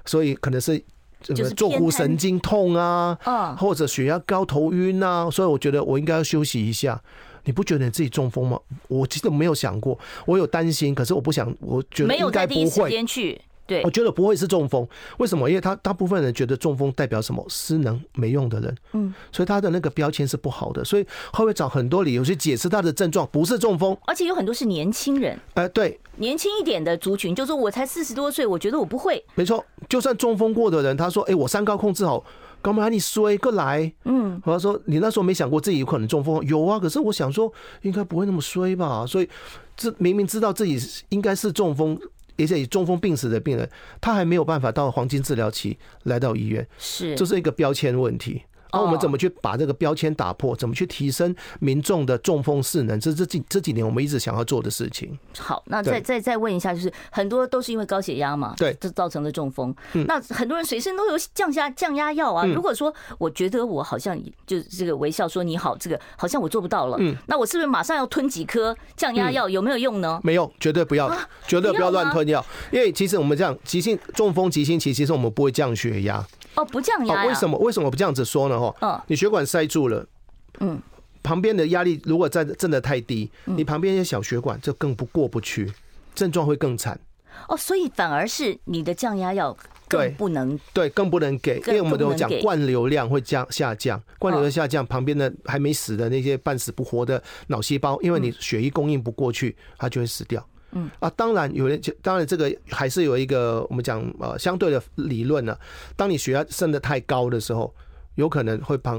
B: 所以可能是。这
A: 就
B: 个
A: 是
B: 坐
A: 偏
B: 骨
A: 瘫
B: 神经痛啊，
A: 嗯
B: 或者血压高、头晕呐、所以我觉得我应该要休息一下。你不觉得你自己中风吗？我其实没有想过，我有担心，可是我不想，我觉得
A: 没有
B: 应该
A: 在第一
B: 不
A: 时
B: 会。哦
A: 间去。对
B: 我，觉得不会是中风，为什么？因为他大部分人觉得中风代表什么失能、没用的人，嗯，所以他的那个标签是不好的，所以后面找很多理由去解释他的症状不是中风。
A: 而且有很多是年轻人，
B: 哎、对，
A: 年轻一点的族群，就说我才四十多岁，我觉得我不会，
B: 没错，就算中风过的人，他说：“哎、我三高控制好，干嘛你衰过来？”嗯，我说：“你那时候没想过自己有可能中风？有啊，可是我想说，应该不会那么衰吧？所以，这明明知道自己应该是中风，而且以中风病史的病人，他还没有办法到黄金治疗期来到医院，
A: 是
B: 这是一个标签问题。”那我们怎么去把这个标签打破？怎么去提升民众的中风势能？这这几这几年我们一直想要做的事情。
A: 好。那再
B: 对
A: 再再问一下，就是很多都是因为高血压嘛，
B: 对嗯
A: 这造成了中风。那很多人随身都有降压降压药啊。如果说我觉得我好像就是这个微笑说你好，这个好像我做不到了，
B: 嗯
A: 那我是不是马上要吞几颗降压药？有没有用呢？
B: 没有，绝对不要，绝对
A: 不
B: 不
A: 要
B: 要
A: 啊吗
B: 乱吞药，因为其实我们这样急性中风、急性期，其实我们不会降血压。
A: 哦，不降压
B: 哦，
A: 呀？
B: 为什么？为什么不这样子说呢？哈，
A: 嗯
B: 你血管塞住了，
A: 嗯，
B: 旁边的压力如果在真的太低，你旁边一些小血管就更不过不去，症状会更惨。
A: 哦，所以反而是你的降压药
B: 对
A: 更不能
B: 对，更不能给，因为我们都有
A: 更
B: 讲
A: 不能给哦
B: 灌流量会降下降，灌流量下降，旁边的还没死的那些半死不活的脑细胞，因为你血液供应不过去，它就会死掉。
A: 嗯
B: 啊，当然有人，当然这个还是有一个我们讲呃相对的理论呢、当你血压升得太高的时候，有可能会帮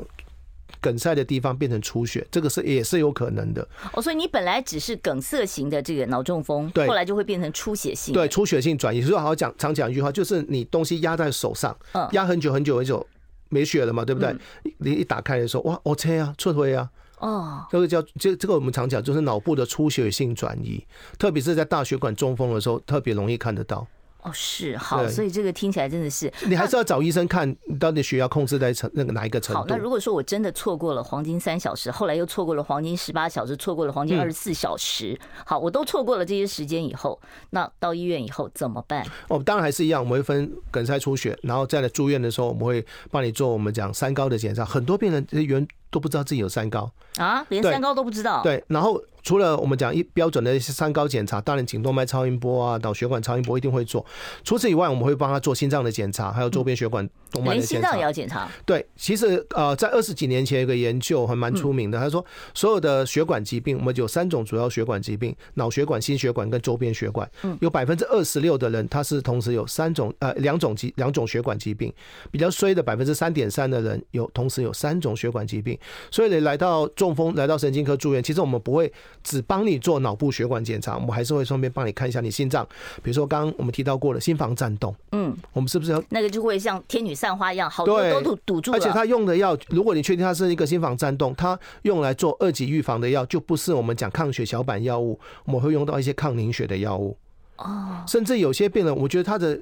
B: 梗塞的地方变成出血，这个是也是有可能的。
A: 哦，所以你本来只是梗塞型的这个脑中风，
B: 对
A: 后来就会变成出血性。
B: 对，，出血性转移，所以好讲常讲一句话，就是你东西压在手上
A: 嗯，
B: 压很久很久很久，没血了嘛，对不对？你一打开的时候，哇，OK 啊，撤回啊，
A: 哦，
B: 这个叫这这个我们常讲就是脑部的出血性转移，特别是在大血管中风的时候，特别容易看得到。
A: 哦是好，
B: 对
A: 所以这个听起来真的是
B: 你还是要找医生看到底血压控制在程那个哪一个程
A: 好。
B: 度
A: 那。如果说我真的错过了黄金三小时，后来又错过了黄金十八小时，错过了
B: 嗯
A: 黄金二十四小时，好，我都错过了这些时间以后，那到医院以后怎么办？
B: 哦，当然还是一样，我们会分梗塞出血，然后再来住院的时候，我们会帮你做我们讲三高的检查。很多病人呃原都不知道自己有三高，
A: 啊，连
B: 对
A: 三高都不知道。，
B: 对，然后除了我们讲一标准的一些三高检查，当然颈动脉超音波啊、脑血管超音波一定会做。除此以外，我们会帮他做心脏的检查，还有周边血管动脉
A: 连
B: 的
A: 心
B: 检
A: 脏也
B: 查。
A: 要检查。
B: 对，其实呃，在二十几年前有个研究还蛮出名的，他说所有的血管疾病，我们有三种主要血管疾病：脑血管、心血管跟周边血管。有百分之二十六的人他是同时有三种呃两种疾两种血管疾病，比较衰的百分之三点三的人有同时有三种血管疾病，所以你来到中风来到神经科住院，其实我们不会只帮你做脑部血管检查，我们还是会顺便帮你看一下你心脏，比如说刚刚我们提到过的心房颤动，
A: 嗯，
B: 我们是不是要？
A: 那个就会像天女散花一样，好多都堵堵住了。
B: 而且他用的药，如果你确定它是一个心房颤动，它用来做二级预防的药，就不是我们讲抗血小板药物，我们会用到一些抗凝血的药物。
A: 哦，
B: 甚至有些病人，我觉得他的。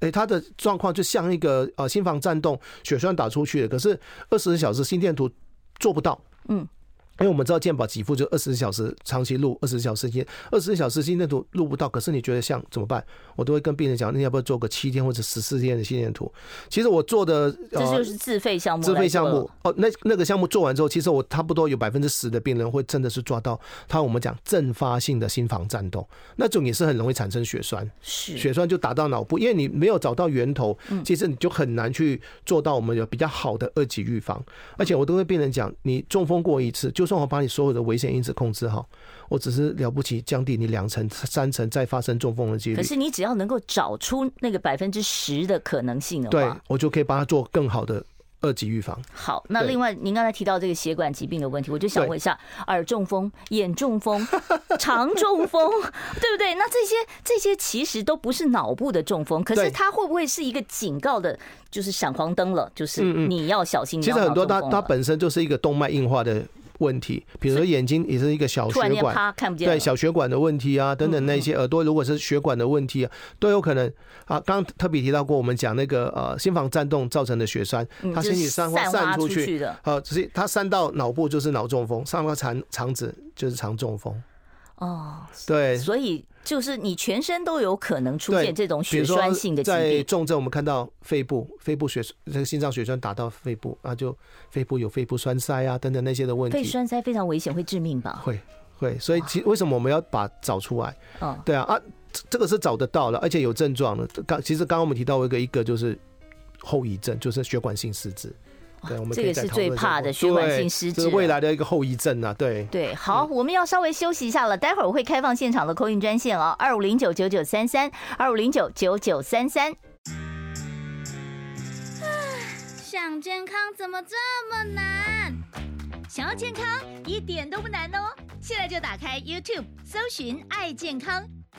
B: 诶，他的状况就像一个呃心房颤动，血栓打出去了，可是二十小时心电图做不到。
A: 嗯，
B: 因为我们知道健保给付就二十小时长期录，二十小时心二十小时心电图录不到，可是你觉得像怎么办？我都会跟病人讲，那你要不要做个七天或者十四天的心电图？其实我做的
A: 这
B: 呃
A: 就是自费项目来
B: 自
A: 做了。
B: 费项目哦，那那个项目做完之后，其实我差不多有百分之十的病人会真的是抓到他我们讲阵发性的心房颤动，那种也是很容易产生血栓。
A: 是嗯
B: 血栓就打到脑部，因为你没有找到源头，其实你就很难去做到我们有比较好的二级预防。而且我都会病人讲，你中风过一次，就算我把你所有的危险因子控制好，我只是了不起降低你两成、三成再发生中风的几率
A: 可。是你只要能够找出那个百分之十的可能性的
B: 对
A: 话，
B: 我就可以帮他做更好的二级预防。
A: 好。那
B: 对
A: 另外，您刚才提到这个血管疾病的问题，我就想
B: 对
A: 问一下，耳中风、眼中 风、肠中风，对不对？那这些这些其实都不是脑部的中风，可是
B: 对
A: 它会不会是一个警告的，就是闪黄灯了，就是你要小心。
B: 嗯其实
A: 你要
B: 很多
A: 脑中
B: 它
A: 风
B: 它
A: 了
B: 本身就是一个动脉硬化的问题，比如说眼睛也是一个小
A: 突然
B: 血
A: 间
B: 管。
A: 啪看不见了嗯
B: 对小血管的问题啊，等等那些耳朵，如果是血管的问题啊，都有可能啊。刚刚特别提到过，我们讲那个呃心房颤动造成的血栓
A: 嗯，
B: 它
A: 就
B: 身
A: 是
B: 体散发
A: 散发
B: 散出
A: 出去的
B: 呃，只是它散到脑部就是脑中风，散到肠肠子就是肠中风。
A: 哦，
B: 对，
A: 所以就是你全身都有可能出
B: 对，
A: 现这种
B: 比
A: 血
B: 如说
A: 栓性的疾
B: 在
A: 病。
B: 重症，我们看到肺部，肺部血这个心脏血栓打到肺部，啊，就肺部有肺部栓塞啊等等那些的问
A: 肺
B: 题。
A: 栓塞非常危险，会致命吧？
B: 会会，所以其为什么我们要把找出来？
A: 嗯，
B: 对啊啊，这这个是找得到了，而且有症状的。刚其实刚刚我们提到一个一个就是后遗症，就是血管性失智。对，我们
A: 这
B: 可以
A: 个
B: 再
A: 是
B: 讨
A: 最
B: 论一
A: 怕
B: 下
A: 的血管
B: 对
A: 性失
B: 这
A: 智
B: 是未
A: 了
B: 来的一个后遗症啊。对，
A: 对，好，我们要稍微休息一下了，待会儿我会开放现场的扣印专线哦，二五零九九九三三，二五零九九九三三。
C: 啊想健康怎么这么难？想要健康一点都不难哦！现在就打开 YouTube 搜寻“爱健康”，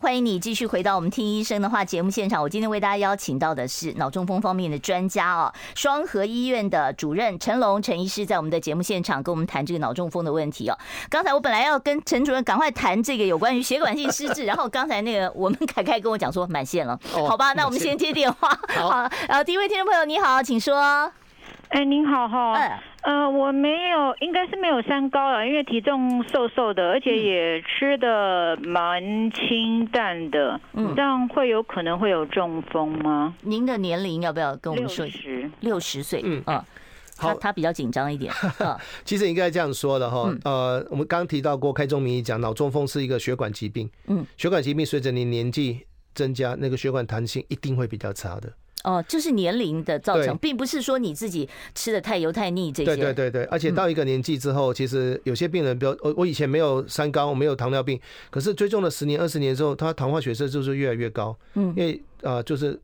A: 欢迎你继续回到我们听医生的话节目现场。我今天为大家邀请到的是脑中风方面的专家哦，双河医院的主任陈龙陈医师，在我们的节目现场跟我们谈这个脑中风的问题哦。刚才我本来要跟陈主任赶快谈这个有关于血管性失智， 然后刚才那个我们凯凯跟我讲说满线了，
B: 哦
A: 好吧，那我们先接电话。
B: 好
A: 好，呃，第一位听众朋友你好，请说。
D: 哎，您好哈、
A: 嗯，
D: 呃，我没有，应该是没有三高了，因为体重瘦瘦的，而且也吃的蛮清淡的，
A: 嗯
D: 这样会有可能会有中风吗？
A: 您的年龄要不要跟我们说一下？
D: 十，
A: 六十岁，嗯
B: 嗯，
A: 他
B: 好
A: 他比较紧张一 点，嗯
B: 其实应该这样说的哈，呃，我们刚提到过，开宗明义讲，脑中风是一个血管疾病，
A: 嗯，
B: 血管疾病随着你年纪增加，那个血管弹性一定会比较差的。
A: 哦，就是年龄的造成，
B: 对
A: 并不是说你自己吃的太油太腻这些，
B: 对对对对，而且到一个年纪之后，其实有些病人，比如哦我我以前没有三高，我没有糖尿病，可是追踪了十年、二十年之后，他糖化血色素就是越来越高，
A: 嗯
B: 因为呃，就是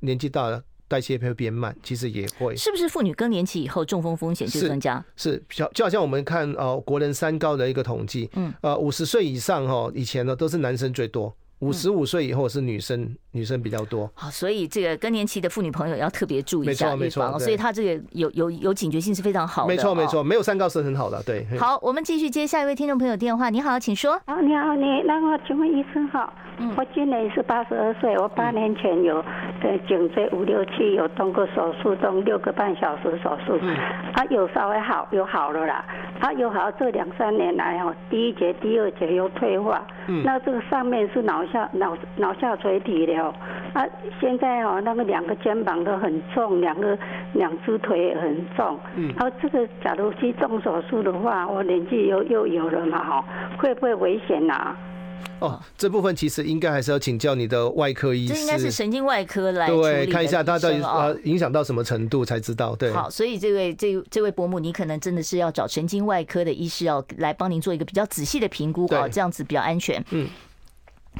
B: 年纪大了。代谢会变慢，其实也会
A: 是不是妇女更年期以后中风风险就是增加？
B: 是，就就好像我们看呃国人三高的一个统计，
A: 嗯，
B: 呃五十岁以上哈，以前呢都是男生最多，
A: 嗯
B: 五十五岁以后是女生，女生比较多。
A: 好，所以这个更年期的妇女朋友要特别注意一
B: 没错
A: 下预
B: 没错
A: 防哦，
B: 对
A: 所以她这个有有有警觉性是非常好的，
B: 没错没
A: 哦。
B: 错，没有三高是很好的，对。
A: 好，我们继续接下一位听众朋友电话。你好，请说。
E: 好，哦你好，你那我请问医生好，我今年是八十二岁，我八年前有呃颈椎五六七有动过手术，动六个半小时手术，啊有稍微好，有好了啦，啊有好，这两三年来哦，第一节、第二节又退化，
A: 嗯
E: 那这个上面是脑下脑脑下垂体的哦，啊现在哦那个两个肩膀都很重，两个两只腿也很重，
A: 嗯
E: 然后这个假如去动手术的话，我年纪又又有了嘛哈、会不会危险啊？
B: 哦，这部分其实应该还是要请教你的外科医师，
A: 这应该是神经外科来处
B: 对
A: 理，的
B: 看一下他到底
A: 医生哦
B: 呃影响到什么程度才知道。对，
A: 好，所以这位这这位伯母，你可能真的是要找神经外科的医师要来帮您做一个比较仔细的评估哦，
B: 对
A: 这样子比较安全。
B: 嗯，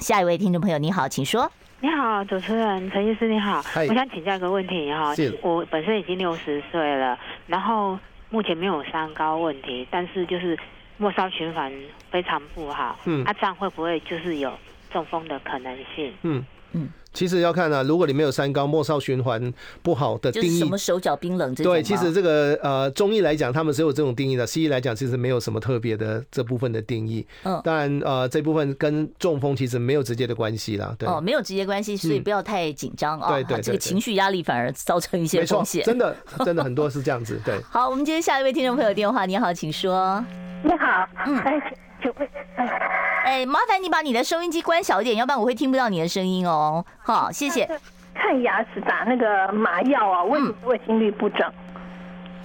A: 下一位听众朋友，你好，请说。
F: 你好，主持人陈医师，你好，
B: 嗨
F: 我想请教一个问题哈
B: 是。
F: 我本身已经六十岁了，然后目前没有三高问题，但是就是末梢循环非常不好。
B: 嗯
F: 啊，这样会不会就是有中风的可能性？
B: 嗯
A: 嗯
B: 嗯，其实要看啊，如果你没有三高，末梢循环不好的
A: 就
B: 呃定
A: 是什
B: 义
A: 么。手脚冰冷这种吗。
B: 对，其实这个呃，中医来讲，他们是有这种定义的；西医来讲，其实没有什么特别的这部分的定义。
A: 嗯
B: 当然呃，这部分跟中风其实没有直接的关系啦。对，嗯
A: 哦，没有直接关系，所以不要太紧张啊。
B: 对对对
A: 这个
B: 对
A: 情绪压力反而造成一些
B: 没错
A: 风，险。
B: 真的真的很多是这样子。 对，
A: 好，我们接下一位听众朋友电话。你好，请说。
E: 你好，
A: 嗯
E: 哎，请问，哎，
A: 哎，麻烦你把你的收音机关小一点，要不然我会听不到你的声音哦。好，谢谢。
E: 啊看牙齿打那个麻药啊，为什么会心律不整？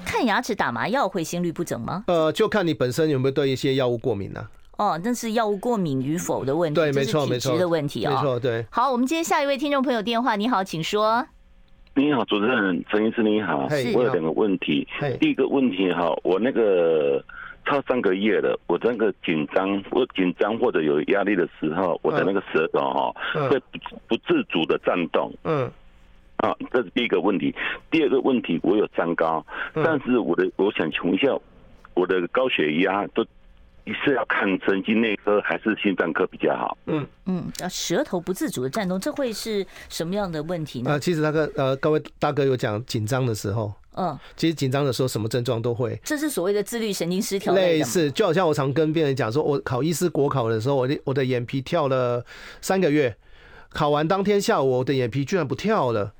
A: 看牙齿打麻药会心律不整吗？
B: 呃，就看你本身有没有对一些药物过敏啊。
A: 哦，那是药物过敏与否的问题，
B: 对，
A: 嗯这
B: 没
A: 是
B: 错，
A: 体
B: 没
A: 质
B: 错，
A: 的问题
B: 没
A: 啊、
B: 错，对。
A: 好，我们接下一位听众朋友电话。你好，请说。
G: 你好，主持人陈医师，你好
B: 嘿，
G: 我
B: 你
G: 有
B: 好
G: 两个问题
B: 嘿。
G: 第一个问题哈，我那个超三个月了，我那个紧张，我紧张或者有压力的时候，我的那个舌头哈、
B: 嗯
G: 会不不自主的颤动
B: 嗯
G: 啊，这是第一个问题。第二个问题，我有三高，
B: 嗯
G: 但是我的我想请问一下，我的高血压都是要看神经内科还是心脏科比较好？
B: 嗯
A: 嗯，啊，舌头不自主的颤动，这会是什么样的问题呢
B: 呃，？其实那个呃，各位大哥有讲紧张的时候，
A: 嗯，
B: 其实紧张的时候什么症状都会。
A: 这是所谓的自律神经失调类
B: 类
A: 的嘛。
B: 似，就好像我常跟病人讲说，我考医师国考的时候，我的我的眼皮跳了三个月，考完当天下午，我的眼皮居然不跳了，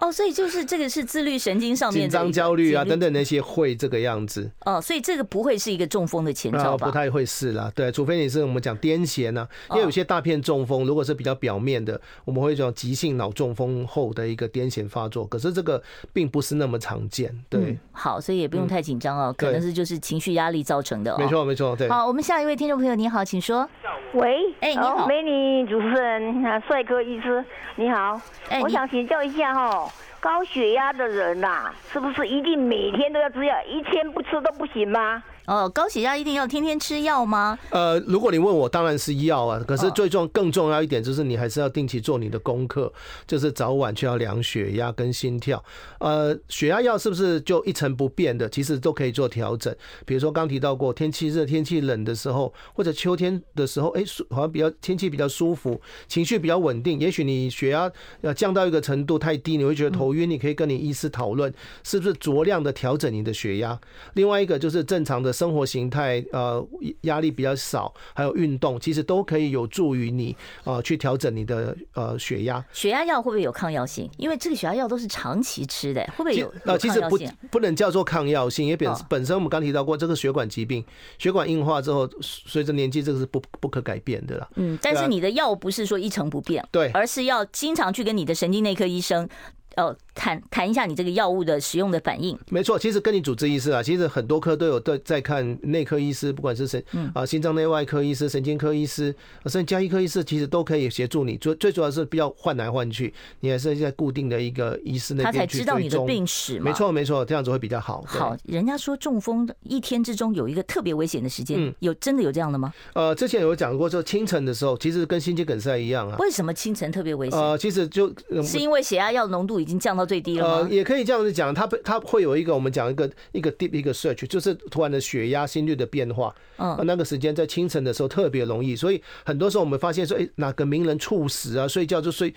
A: 哦，所以就是这个是自律神经上面的
B: 紧
A: 一
B: 张、
A: 个
B: 焦虑啊
A: 自
B: 等等那些会这个样子，
A: 哦，所以这个不会是一个中风的前
B: 啊，
A: 兆
B: 不
A: 吧？
B: 太会是啦，对，除非你是我们讲癫痫呐，
A: 啊
B: 因为有些大片中风，如果是比较表面的，我们会讲急性脑中风后的一个癫痫发作，可是这个并不是那么常见，对
A: 嗯，，好，所以也不用太紧张哦，可能
B: 对
A: 是就是情绪压力造成的哦。
B: 没。错没错，对，
A: 好，我们下一位听众朋友，你好，请说。
E: 喂，
A: 哎你好
E: 哦美女主持人，啊帅哥医师，你好，
A: 哎
E: 我
A: 你
E: 想请教一下哦，高血压的人呐、是不是一定每天都要吃药，一天不吃都不行吗？
A: 哦，高血压一定要天天吃药吗？
B: 呃，如果你问我，当然是要啊。可是
A: 嗯
B: 最重更重要一点就是，你还是要定期做你的功课，就是早晚就要量血压跟心跳。呃，血压药是不是就一成不变的？其实都可以做调整。比如说刚提到过，天气热、天气冷的时候，或者秋天的时候，哎、舒好像比较天气比较舒服，情绪比较稳定，也许你血压呃降到一个程度太低，你会觉得头头晕，你可以跟你医师讨论是不是酌量的调整你的血压。另外一个就是正常的生活形态，呃，压力比较少，还有运动，其实都可以有助于你呃去调整你的呃血压。
A: 血压药会不会有抗药性？因为这个血压药都是长期吃的，会不会
B: 其
A: 有有抗
B: 呃，其实
A: 药
B: 不
A: 性啊？
B: 不能叫做抗药性，因为本
A: 哦
B: 本身我们刚提到过，这个血管疾病，血管硬化之后，随着年纪这个是不不可改变的啦。
A: 嗯，但
B: 对
A: 是
B: 啊
A: 你的药不是说一成不变，
B: 对
A: 而是要经常去跟你的神经内科医生，呃，谈谈一下你这个药物的使用的反应。
B: 没错，其实跟你主治医师啊，其实很多科都有在在看内科医师，不管是神
A: 嗯
B: 啊、心脏内外科医师、神经科医师，呃甚至加医科医师，其实都可以协助你。最最主要是不要换来换去，你还是在固定的一个医师那
A: 他才
B: 边去
A: 知道你
B: 追
A: 的
B: 踪。
A: 病史嘛
B: 没错没错，这样子会比较好。对
A: 好，人家说中风的一天之中有一个特别危险的时间，
B: 嗯
A: 有真的有这样的吗？
B: 呃，之前有讲过，就清晨的时候，其实跟心肌梗塞一样啊。
A: 为什么清晨特别危险？
B: 呃，其实就、呃
A: 是因为血压药浓度已经降到最低了
B: 呃，
A: 吗？
B: 也可以这样子讲，它被它会有一个我们讲一个一个 deep 一个 search，就是突然的血压、心率的变化。
A: 嗯
B: 呃那个时间在清晨的时候特别容易，所以很多时候我们发现说，哎、哪个名人猝死啊，睡觉就睡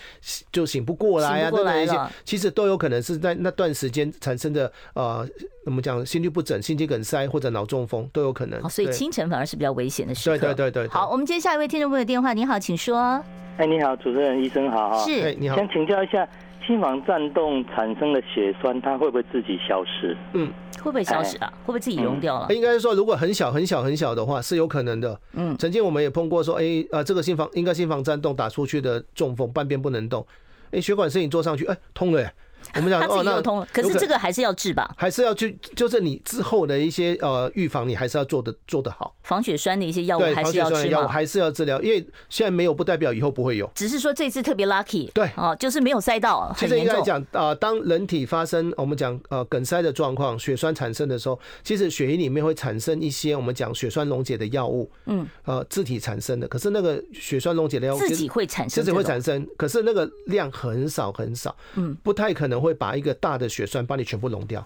B: 就醒不过来
A: 醒
B: 啊，
A: 不过
B: 等等一
A: 来
B: 些
A: 了，
B: 其实都有可能是在那段时间产生的呃，我们讲心律不整、心肌梗塞或者脑中风都有可能。
A: 好，哦所以
B: 对
A: 清晨反而是比较危险的时刻。
B: 对对对对对
A: 好，我们接下一位听众朋友电话，你好，请说。
H: 哎，你好，主持人医生好哈。
A: 是
B: 哎，你好，
H: 想请教一下，心房颤动产生的血栓，它会不会自己消失？
B: 嗯。
A: 会不会消失啊？会不会自己溶掉了？
B: 哎应该是说，如果很小很小很小的话，是有可能的。
A: 嗯
B: 曾经我们也碰过说，哎、呃，这个心房应该心房颤动打出去的中风，半边不能动，哎、血管摄影做上去，哎、通了、哎我们 讲
A: 他自
B: 哦，
A: 己
B: 那
A: 又通了，可
B: 有
A: 是这个还是要治吧？
B: 还是要去，就是你之后的一些呃预防，你还是要做的做得好。
A: 防血栓的一些药物
B: 对，
A: 还
B: 防
A: 是
B: 血
A: 要
B: 栓
A: 吃
B: 的药物
A: 嘛？
B: 还是要治疗，因为现在没有不代表以后不会有。
A: 只是说这次特别 lucky，
B: 对
A: 哦，就是没有塞到，
B: 其
A: 很
B: 实应
A: 严
B: 该
A: 重。
B: 讲啊、呃当人体发生我们讲呃梗塞的状况，血栓产生的时候，其实血液里面会产生一些我们讲血栓溶解的药物，
A: 嗯，
B: 呃，自体产生的。可是那个血栓溶解的药物
A: 自
B: 其实
A: 己会产生
B: 自己
A: 这
B: 会
A: 种
B: 产生，可是那个量很少很少，
A: 嗯，
B: 不太可能会把一个大的血栓把你全部溶掉，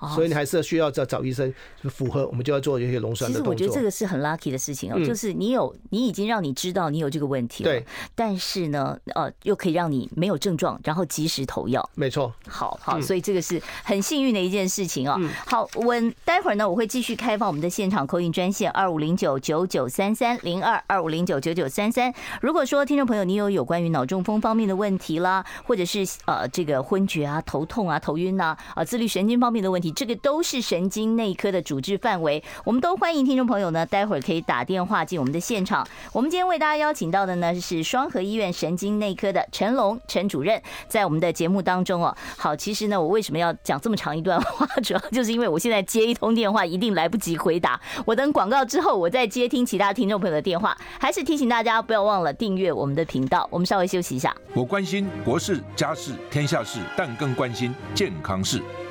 A: 哦
B: 所以你还是需要找找医生符合，我们就要做一些溶栓
A: 其
B: 的
A: 实我
B: 动
A: 觉得这
B: 作。
A: 个是很 lucky 的事情哦，
B: 嗯
A: 就是你有，你已经让你知道你有这个问题了，
B: 对，
A: 但是呢，呃，又可以让你没有症状，然后及时投药。
B: 没错，
A: 好好，
B: 嗯
A: 所以这个是很幸运的一件事情哦。好，我待会儿呢，我会继续开放我们的现场扣印专线二五零九九九三三零二二五零九九九三三。如果说听众朋友你有有关于脑中风方面的问题啦，或者是呃这个昏厥啊、头痛啊、头晕呐、啊、自律神经方面的问题，这个都是神经内科的主治范围。我们都欢迎听众朋友呢，待会儿可以打电话进我们的现场。我们今天为大家邀请到的呢是双河医院神经内科的陈龙陈主任，在我们的节目当中哦。好，其实呢，我为什么要讲这么长一段话，主要就是因为我现在接一通电话，一定来不及回答。我等广告之后，我再接听其他听众朋友的电话。还是提醒大家不要忘了订阅我们的频道。我们稍微休息一下。
I: 我关心国事、家事、天下事，但更关心健康事。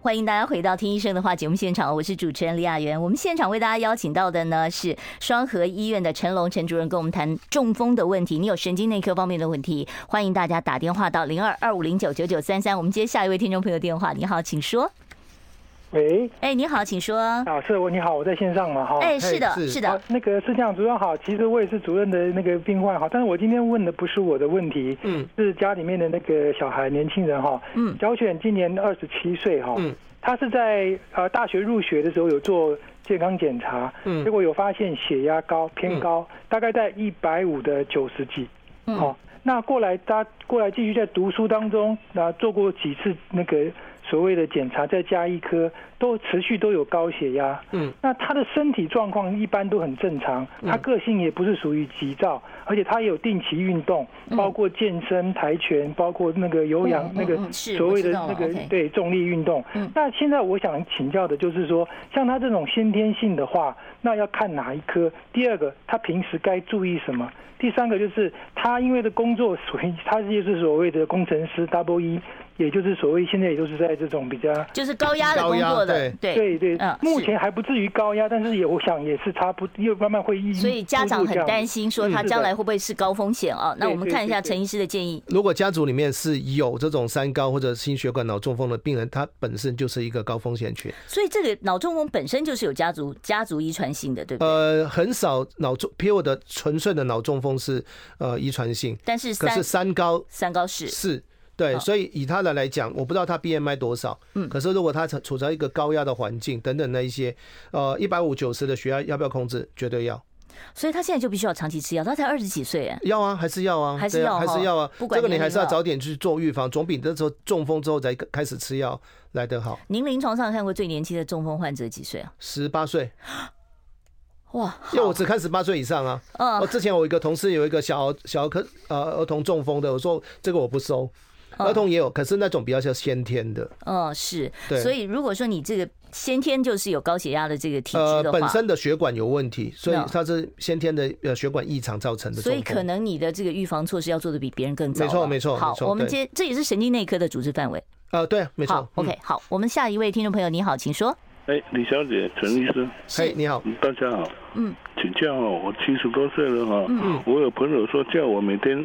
A: 欢迎大家回到《听医生的话》节目现场，我是主持人李雅媛。我们现场为大家邀请到的呢是双河医院的陈龙陈主任，跟我们谈中风的问题。你有神经内科方面的问题，欢迎大家打电话到零二二五零九九九三三。我们接下一位听众朋友电话，你好，请说。
J: 喂，
A: 哎，你好，请说。
J: 老师，我你好，我在线上嘛哈。
A: 哎是的嘿是是的
J: 啊那个是这样，主任好，其实我也是主任的那个病患哈，但是我今天问的不是我的问题，
B: 嗯，
J: 是家里面的那个小孩，年轻人哈，
A: 嗯，
J: 小犬今年二十七岁哈，
B: 嗯，
J: 他是在呃大学入学的时候有做健康检查，
B: 嗯
J: 结果有发现血压高偏高，
K: 嗯
J: 大概在一百五的九十几，
A: 嗯
J: 好、那过来他过来继续在读书当中，那、做过几次那个所谓的检查，再加一科，都持续都有高血压。
B: 嗯
J: 那他的身体状况一般都很正常，他个性也不是属于急躁，而且他也有定期运动，包括健身、跆拳，包括那个有氧
A: 嗯嗯
J: 那个呃
A: 嗯是
J: 所谓的
A: 我知道了
J: 那个
A: OK
J: 对重力运动。那现在我想请教的就是说，像他这种先天性的话，那要看哪一科？第二个，他平时该注意什么？第三个就是他因为的工作属于他就是 E，所谓的工程师 double 一，也就是所谓现在也就是在这种比较
A: 就是高压的工作的，
J: 对对
A: 嗯，，
J: 目
A: 是
J: 前还不至于高压，但是也我想也是差不，又慢慢会抑郁。
A: 所以家长很担心说他将来会不会是高风险啊？那我们
B: 对
A: 看一下
B: 对对
A: 陈医师的建议。
B: 如果家族里面是有这种三高或者心血管脑中风的病人，他本身就是一个高风险群。
A: 所以这个脑中风本身就是有家族家族遗传性的，对不对？
B: 呃，很少脑中 p 我的纯粹的脑中风是呃遗传性，
A: 但是
B: 可
A: 三
B: 是三高
A: 三高是
B: 是。对，
A: 哦
B: 所以以他的来讲，我不知道他 BMI 多少，嗯，可是如果他处处在一个高压的环境等等那一些，呃，一百五九十的血压要不要控制？绝对要，
A: 所以他现在就必须要长期吃药，他才二十几岁哎。
B: 要啊，还是要啊，
A: 还是
B: 对啊
A: 要
B: 还
A: 哈
B: 是要啊，
A: 不管
B: 这个你
A: 年
B: 还是要
A: 龄啊
B: 早点去做预防，总比那时候中风之后才开始吃药来得好。
A: 您临床上看过最年轻的中风患者几岁啊？
B: 十八岁，
A: 哇，
B: 因为我只看十八岁以上啊。
A: 嗯
B: 我之前我一个同事有一个小儿小儿科呃儿童中风的，我说这个我不收。
A: 啊
B: 儿童也有，可是那种比较像先天的，
A: 嗯，是
B: 对。
A: 所以如果说你这个先天就是有高血压的这个体质
B: 呃，
A: 的话，
B: 本身的血管有问题，所以
A: 那
B: 它是先天的呃血管异常造成的
A: 所
B: 中风。
A: 以可能你的这个预防措施要做的比别人更早了。
B: 没错没错
A: 好
B: 没，错
A: 我们
B: 对
A: 接这也是神经内科的主治范围。
B: 呃，对，没错
A: 好。，OK，好，我们下一位听众朋友，你好，请说。
L: 哎，李小姐，陈医生，
B: 嘿，你好，
L: 大家好，
A: 嗯，
L: 请教哦，我七十多岁了哈、
A: 嗯
L: 我有朋友说叫我每天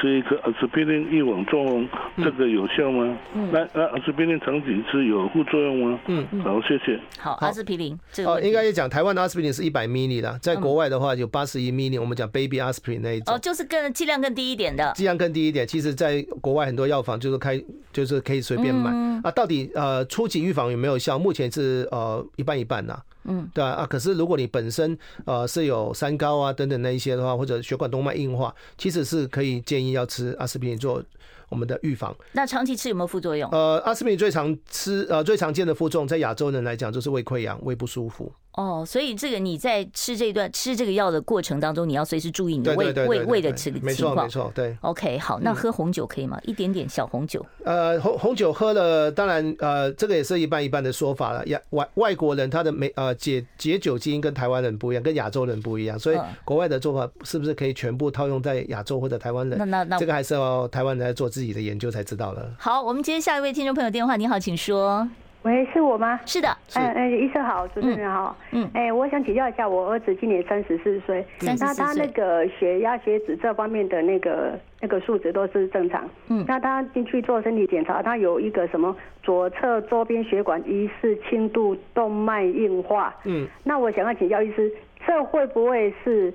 L: 吃一个阿司匹林一往中风，这个有效吗？
A: 嗯
L: 那那阿司匹林长期吃有副作用吗？
B: 嗯
A: 嗯
L: 好，谢谢。
A: 好，阿司匹林这个
B: 哦，
A: 问
B: 应
A: 题。嗯
B: 该也讲台湾的阿司匹林是一百 mili 啦，在国外的话有八十一 mili，我们讲 baby aspirin 那一种
A: 哦，。就是更剂量更低一点的，
B: 剂量更低一点。其实，在国外很多药房就是开，就是可以随便买、
A: 嗯
B: 啊。到底呃初期预防有没有效？目前是呃一半一半呐、
A: 嗯，
B: 对啊啊。可是如果你本身呃是有三高啊等等那一些的话，或者血管动脉硬化，其实是可以建议要吃阿司匹林做我们的预防。
A: 那长期吃有没有副作用？
B: 呃，阿司匹林最常吃呃最常见的副作用，在亚洲人来讲就是胃溃疡、胃不舒服。
A: 哦，所以这个你在吃这段吃这个药的过程当中，你要随时注意你的
B: 对
A: 胃
B: 对对对
A: 胃
B: 对
A: 胃的
B: 对
A: 吃
B: 没
A: 情
B: 错嗯
A: 况
B: 没。错，对。
A: OK，好，那喝红酒可以吗？一点点小红酒，
B: 呃，红红酒喝了，当然，呃，这个也是一半一半的说法了。亚外外国人他的美呃解解酒基因跟台湾人不一样，跟亚洲人不一样，所以
A: 嗯
B: 国外的做法是不是可以全部套用在亚洲或者台湾人？
A: 那那那
B: 这个还是要台湾人来做自己的研究才知道了。
A: 好，我们接下一位听众朋友电话，你好，请说。
M: 喂，是我吗？
A: 是的，
M: 嗯嗯、医生好，主持人好。
A: 嗯，
M: 哎、我想请教一下，我儿子今年三十四岁，
A: 嗯
M: 那他
A: 34岁
M: 那个血压、血脂这方面的那个那个数值都是正常。
A: 嗯
M: 那他进去做身体检查，他有一个什么左侧周边血管疑似轻度动脉硬化。
B: 嗯，
M: 那我想要请教医师，这会不会是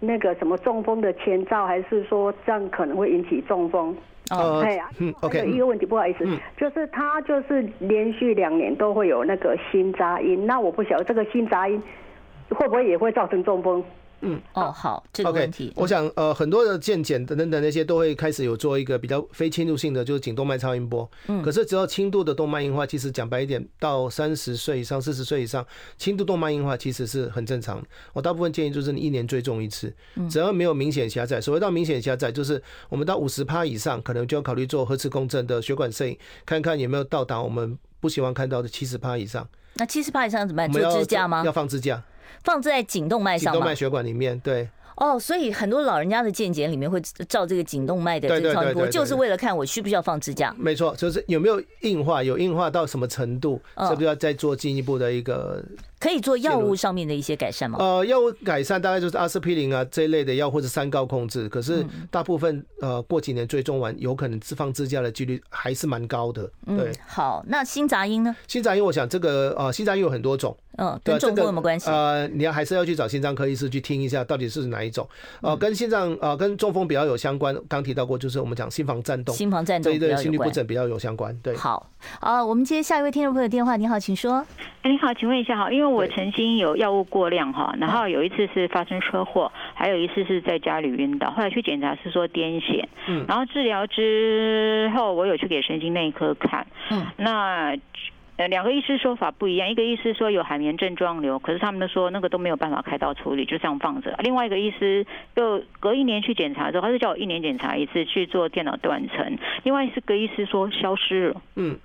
M: 那个什么中风的前兆，还是说这样可能会引起中风？
B: 呃
M: 哎呀，
B: 嗯
M: 还有
B: ，OK，
M: 一个问题，不好意思，就是他就是连续两年都会有那个心杂音，那我不晓得这个心杂音会不会也会造成中风？
B: 嗯，
A: 哦，好，这个
B: OK，
A: 问题，嗯
B: 我想呃很多的健检等等等那些都会开始有做一个比较非侵入性的，就是颈动脉超音波。
A: 嗯
B: 可是只要轻度的动脉硬化，其实讲白一点，到三十岁以上、四十岁以上，轻度动脉硬化其实是很正常的。我大部分建议就是你一年追踪一次，
A: 嗯
B: 只要没有明显狭窄。所谓到明显狭窄，就是我们到五十趴以上，可能就要考虑做核磁共振的血管摄影，看看有没有到达我们不希望看到的七十趴以上。
A: 那七十八以上怎么
B: 我
A: 办？
B: 们
A: 哎做
B: 要
A: 支架吗
B: 要？放支架，
A: 放置在颈动脉
B: 颈
A: 上
B: 动
A: 吗
B: 脉？血管里面，对。
A: 哦，所以很多老人家的健检里面会照这个颈动脉的
B: 对
A: 这个
B: 对
A: 超音
B: 对
A: 波，
B: 对对
A: 就是
B: 对
A: 为了看我需不需要放支架。
B: 没错，就是有没有硬化，有硬化到什么程度，
A: 嗯
B: 是不是要再做进一步的一个？
A: 可以做药物上面的一些改善吗？
B: 呃，药物改善大概就是阿司匹林啊这一类的药，或者三高控制。可是
A: 嗯
B: 大部分呃过几年追踪完，有可能置放支架的几率还是蛮高的。对
A: 嗯，，好，那心杂音呢？
B: 心脏因为我想这个呃心脏因为有很多种，
A: 嗯，
B: 对
A: 跟
B: 啊
A: 中风
B: 这个
A: 有没有关系？
B: 呃，你要还是要去找心脏科医师去听一下，到底是哪一种。
A: 嗯
B: 呃，跟心脏呃跟中风比较有相关，刚提到过，就是我们讲心房颤动，
A: 心房颤动
B: 这一
A: 比
B: 类
A: 较有
B: 心律不
A: 关
B: 整比较有相关。对，
A: 好，啊，我们接下一位听众朋友电话，你好，请说。
D: 哎，你好，请问一下哈，因为我曾经有药物过量哈，然后有一次是发生车祸，还有一次是在家里晕倒，后来去检查是说癫痫，
B: 嗯
D: 然后治疗之后我有去给神经内科看，
A: 嗯，
D: 那。呃，两个医师说法不一样，一个医师说有海绵症状瘤，可是他们都说那个都没有办法开刀处理，就这样放着。另外一个医师又隔一年去检查之后，他就叫我一年检查一次去做电脑断层。另外是个医师说消失了，
B: 嗯，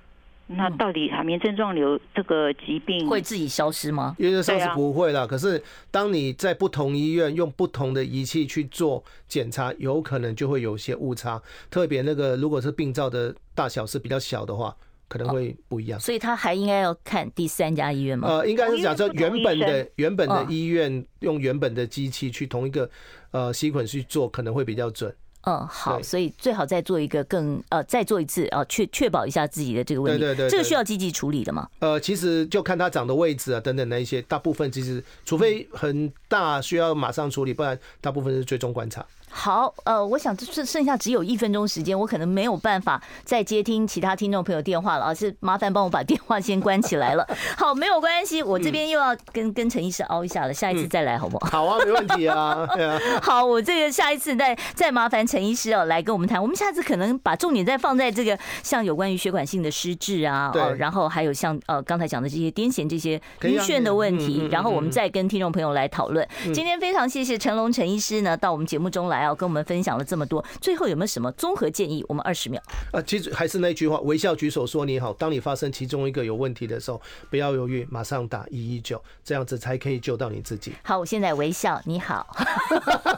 D: 那到底海绵症状瘤这个疾病
A: 会自己消失吗？
B: 原则上是
D: 对啊
B: 不会啦，可是当你在不同医院用不同的仪器去做检查，有可能就会有一些误差。特别那个如果是病灶的大小是比较小的话，可能会不一样。
A: 所以他还应该要看第三家医院吗？
B: 呃，应该是讲说原本
A: 同医
B: 的
A: 生
B: 原本的
A: 嗯
B: 医院用原本的机器去同一个呃吸捆去做，可能会比较准。
A: 嗯，好，
B: 对
A: 所以最好再做一个更呃，再做一次啊，呃确确保一下自己的这个问题，
B: 对对对对
A: 这个需要积极处理的嘛。
B: 呃，其实就看它长的位置啊等等那一些，大部分其实除非很大需要马上处理，不然大部分是追踪观察。
A: 好，呃，我想剩剩下只有一分钟时间，我可能没有办法再接听其他听众朋友电话了啊，是麻烦帮我把电话先关起 来了。好，没有关系，我
B: 嗯
A: 这边又要跟、跟陈医师凹一下了，下一次再来好不好？
B: 好啊，没问题啊。 对啊
A: 好，我这个下一次再再麻烦陈医师哦来跟我们谈。我们下次可能把重点再放在这个像有关于血管性的失智啊，
C: 对
A: 哦，然后还有像呃刚才讲的这些癫痫这些
C: 可以
A: 晕
C: 啊
A: 眩的问
C: 嗯嗯
A: 题
C: 嗯，
A: 然后我们
C: 嗯
A: 再跟听众朋友来讨论。
C: 嗯
A: 今天非常谢谢陈龙陈医师呢到我们节目中来啊，跟我们分享了这么多。最后有没有什么综合建议？我们二十秒。
B: 啊，其实还是那句话，微笑举手说你好。当你发生其中一个有问题的时候，不要犹豫，马上打一一九，这样子才可以救到你 自己。
A: 好，我现在微笑，你 好，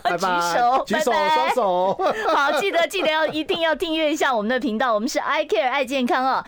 B: 拜拜，举
A: 举手，
B: 手，
A: 拜拜 。
B: 双手
A: 好，记得记得要一定要订阅一下我们的频道，我们是 I Care 爱健康哦。